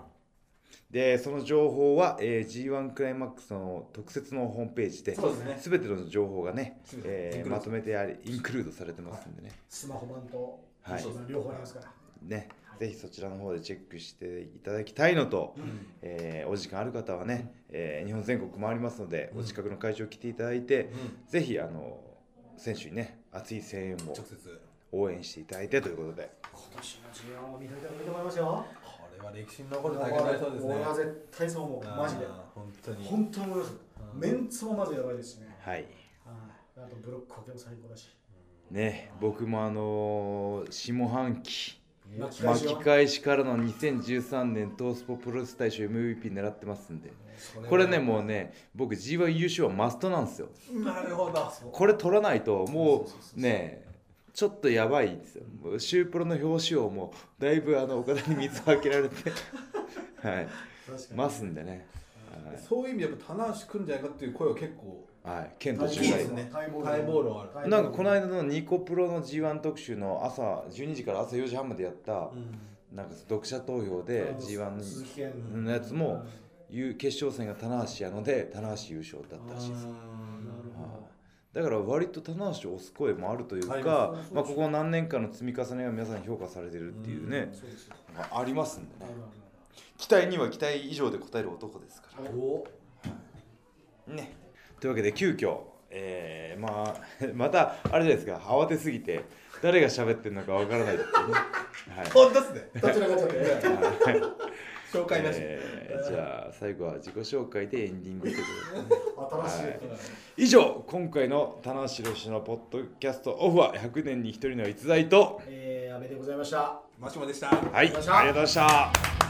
Speaker 1: でその情報は、えー G1 クライマックスの特設のホームページで
Speaker 3: そうですね
Speaker 1: 全ての情報がね
Speaker 3: 全、てイン
Speaker 1: えー
Speaker 3: クルード
Speaker 1: まとめてありインクルードされてますんでね,、
Speaker 2: スマホ版と、
Speaker 1: はい
Speaker 2: そうですね両方ありますから。
Speaker 1: ねぜひそちらの方でチェックしていただきたいのと、
Speaker 3: うん
Speaker 1: えーお時間ある方はね、えー日本全国回りますので、お近くの会場来ていただいて、
Speaker 3: うん
Speaker 1: ぜひあの選手にね熱い声援を
Speaker 3: 直接
Speaker 1: 応援していただいてということで
Speaker 2: 今年の G1 を見といてもいいと思いますよ。
Speaker 3: これは歴史に残る大会になりそうですね
Speaker 2: 俺は絶対そう思う。マジで。
Speaker 3: あー本当に
Speaker 2: 本当に思います。
Speaker 3: うん
Speaker 2: メンツもまずやばいですしね。
Speaker 1: はい
Speaker 2: はい。あとブロックかけも最高だし。
Speaker 1: ね僕もあのー下半期
Speaker 2: 巻き返し
Speaker 1: 巻
Speaker 2: よ
Speaker 1: き返しからの2013年トースポプロレス大賞 MVP 狙ってますんでこれねもうね僕 G1 優勝はマストなんですよ
Speaker 5: なるほど。
Speaker 1: これ取らないともうねちょっとやばいんですよもうシュープロの表紙をもうだいぶあの岡田に水をあけら (laughs) れてはいますんでね
Speaker 3: そういう意味でやっぱ棚橋くんじゃないかっていう声は結構
Speaker 1: はい剣と
Speaker 2: 大
Speaker 1: 中
Speaker 2: き
Speaker 3: 大
Speaker 2: い
Speaker 3: きい
Speaker 1: 大
Speaker 3: ですね
Speaker 2: 待望
Speaker 3: 待望論ある
Speaker 2: はい
Speaker 1: なんかこの間のニコプロの G1 特集の朝12時から朝4時半までやったなんか読者投票で G1
Speaker 2: 鈴木健
Speaker 1: のやつも優決勝戦が棚橋やので棚橋優勝だったらしいですはいだから割と棚橋を推す声もあるというか、
Speaker 3: はい
Speaker 1: まあ、ここ何年かの積み重ねが皆さんに評価されてるっていうね
Speaker 2: そうですよ。
Speaker 1: まあありますんで
Speaker 2: あ
Speaker 1: ね
Speaker 2: るあるある
Speaker 1: 期待には期待以上で応える男ですから
Speaker 3: お
Speaker 1: ね、というわけで急遽えー、まあ (laughs) またあれじゃないですか慌てすぎて誰が喋ってるのかわからないっていうね、 (laughs) はい
Speaker 3: 本当ですね
Speaker 2: どちらかというとね
Speaker 3: 紹介なし
Speaker 1: えーじゃあ最後は自己紹介でエンディングということで
Speaker 2: 新しい。
Speaker 1: 以上今回の棚橋宏のポッドキャストオフは100年に一人の逸材と
Speaker 2: えー、安倍でございました。
Speaker 3: マシモでした
Speaker 1: はいありがとうございました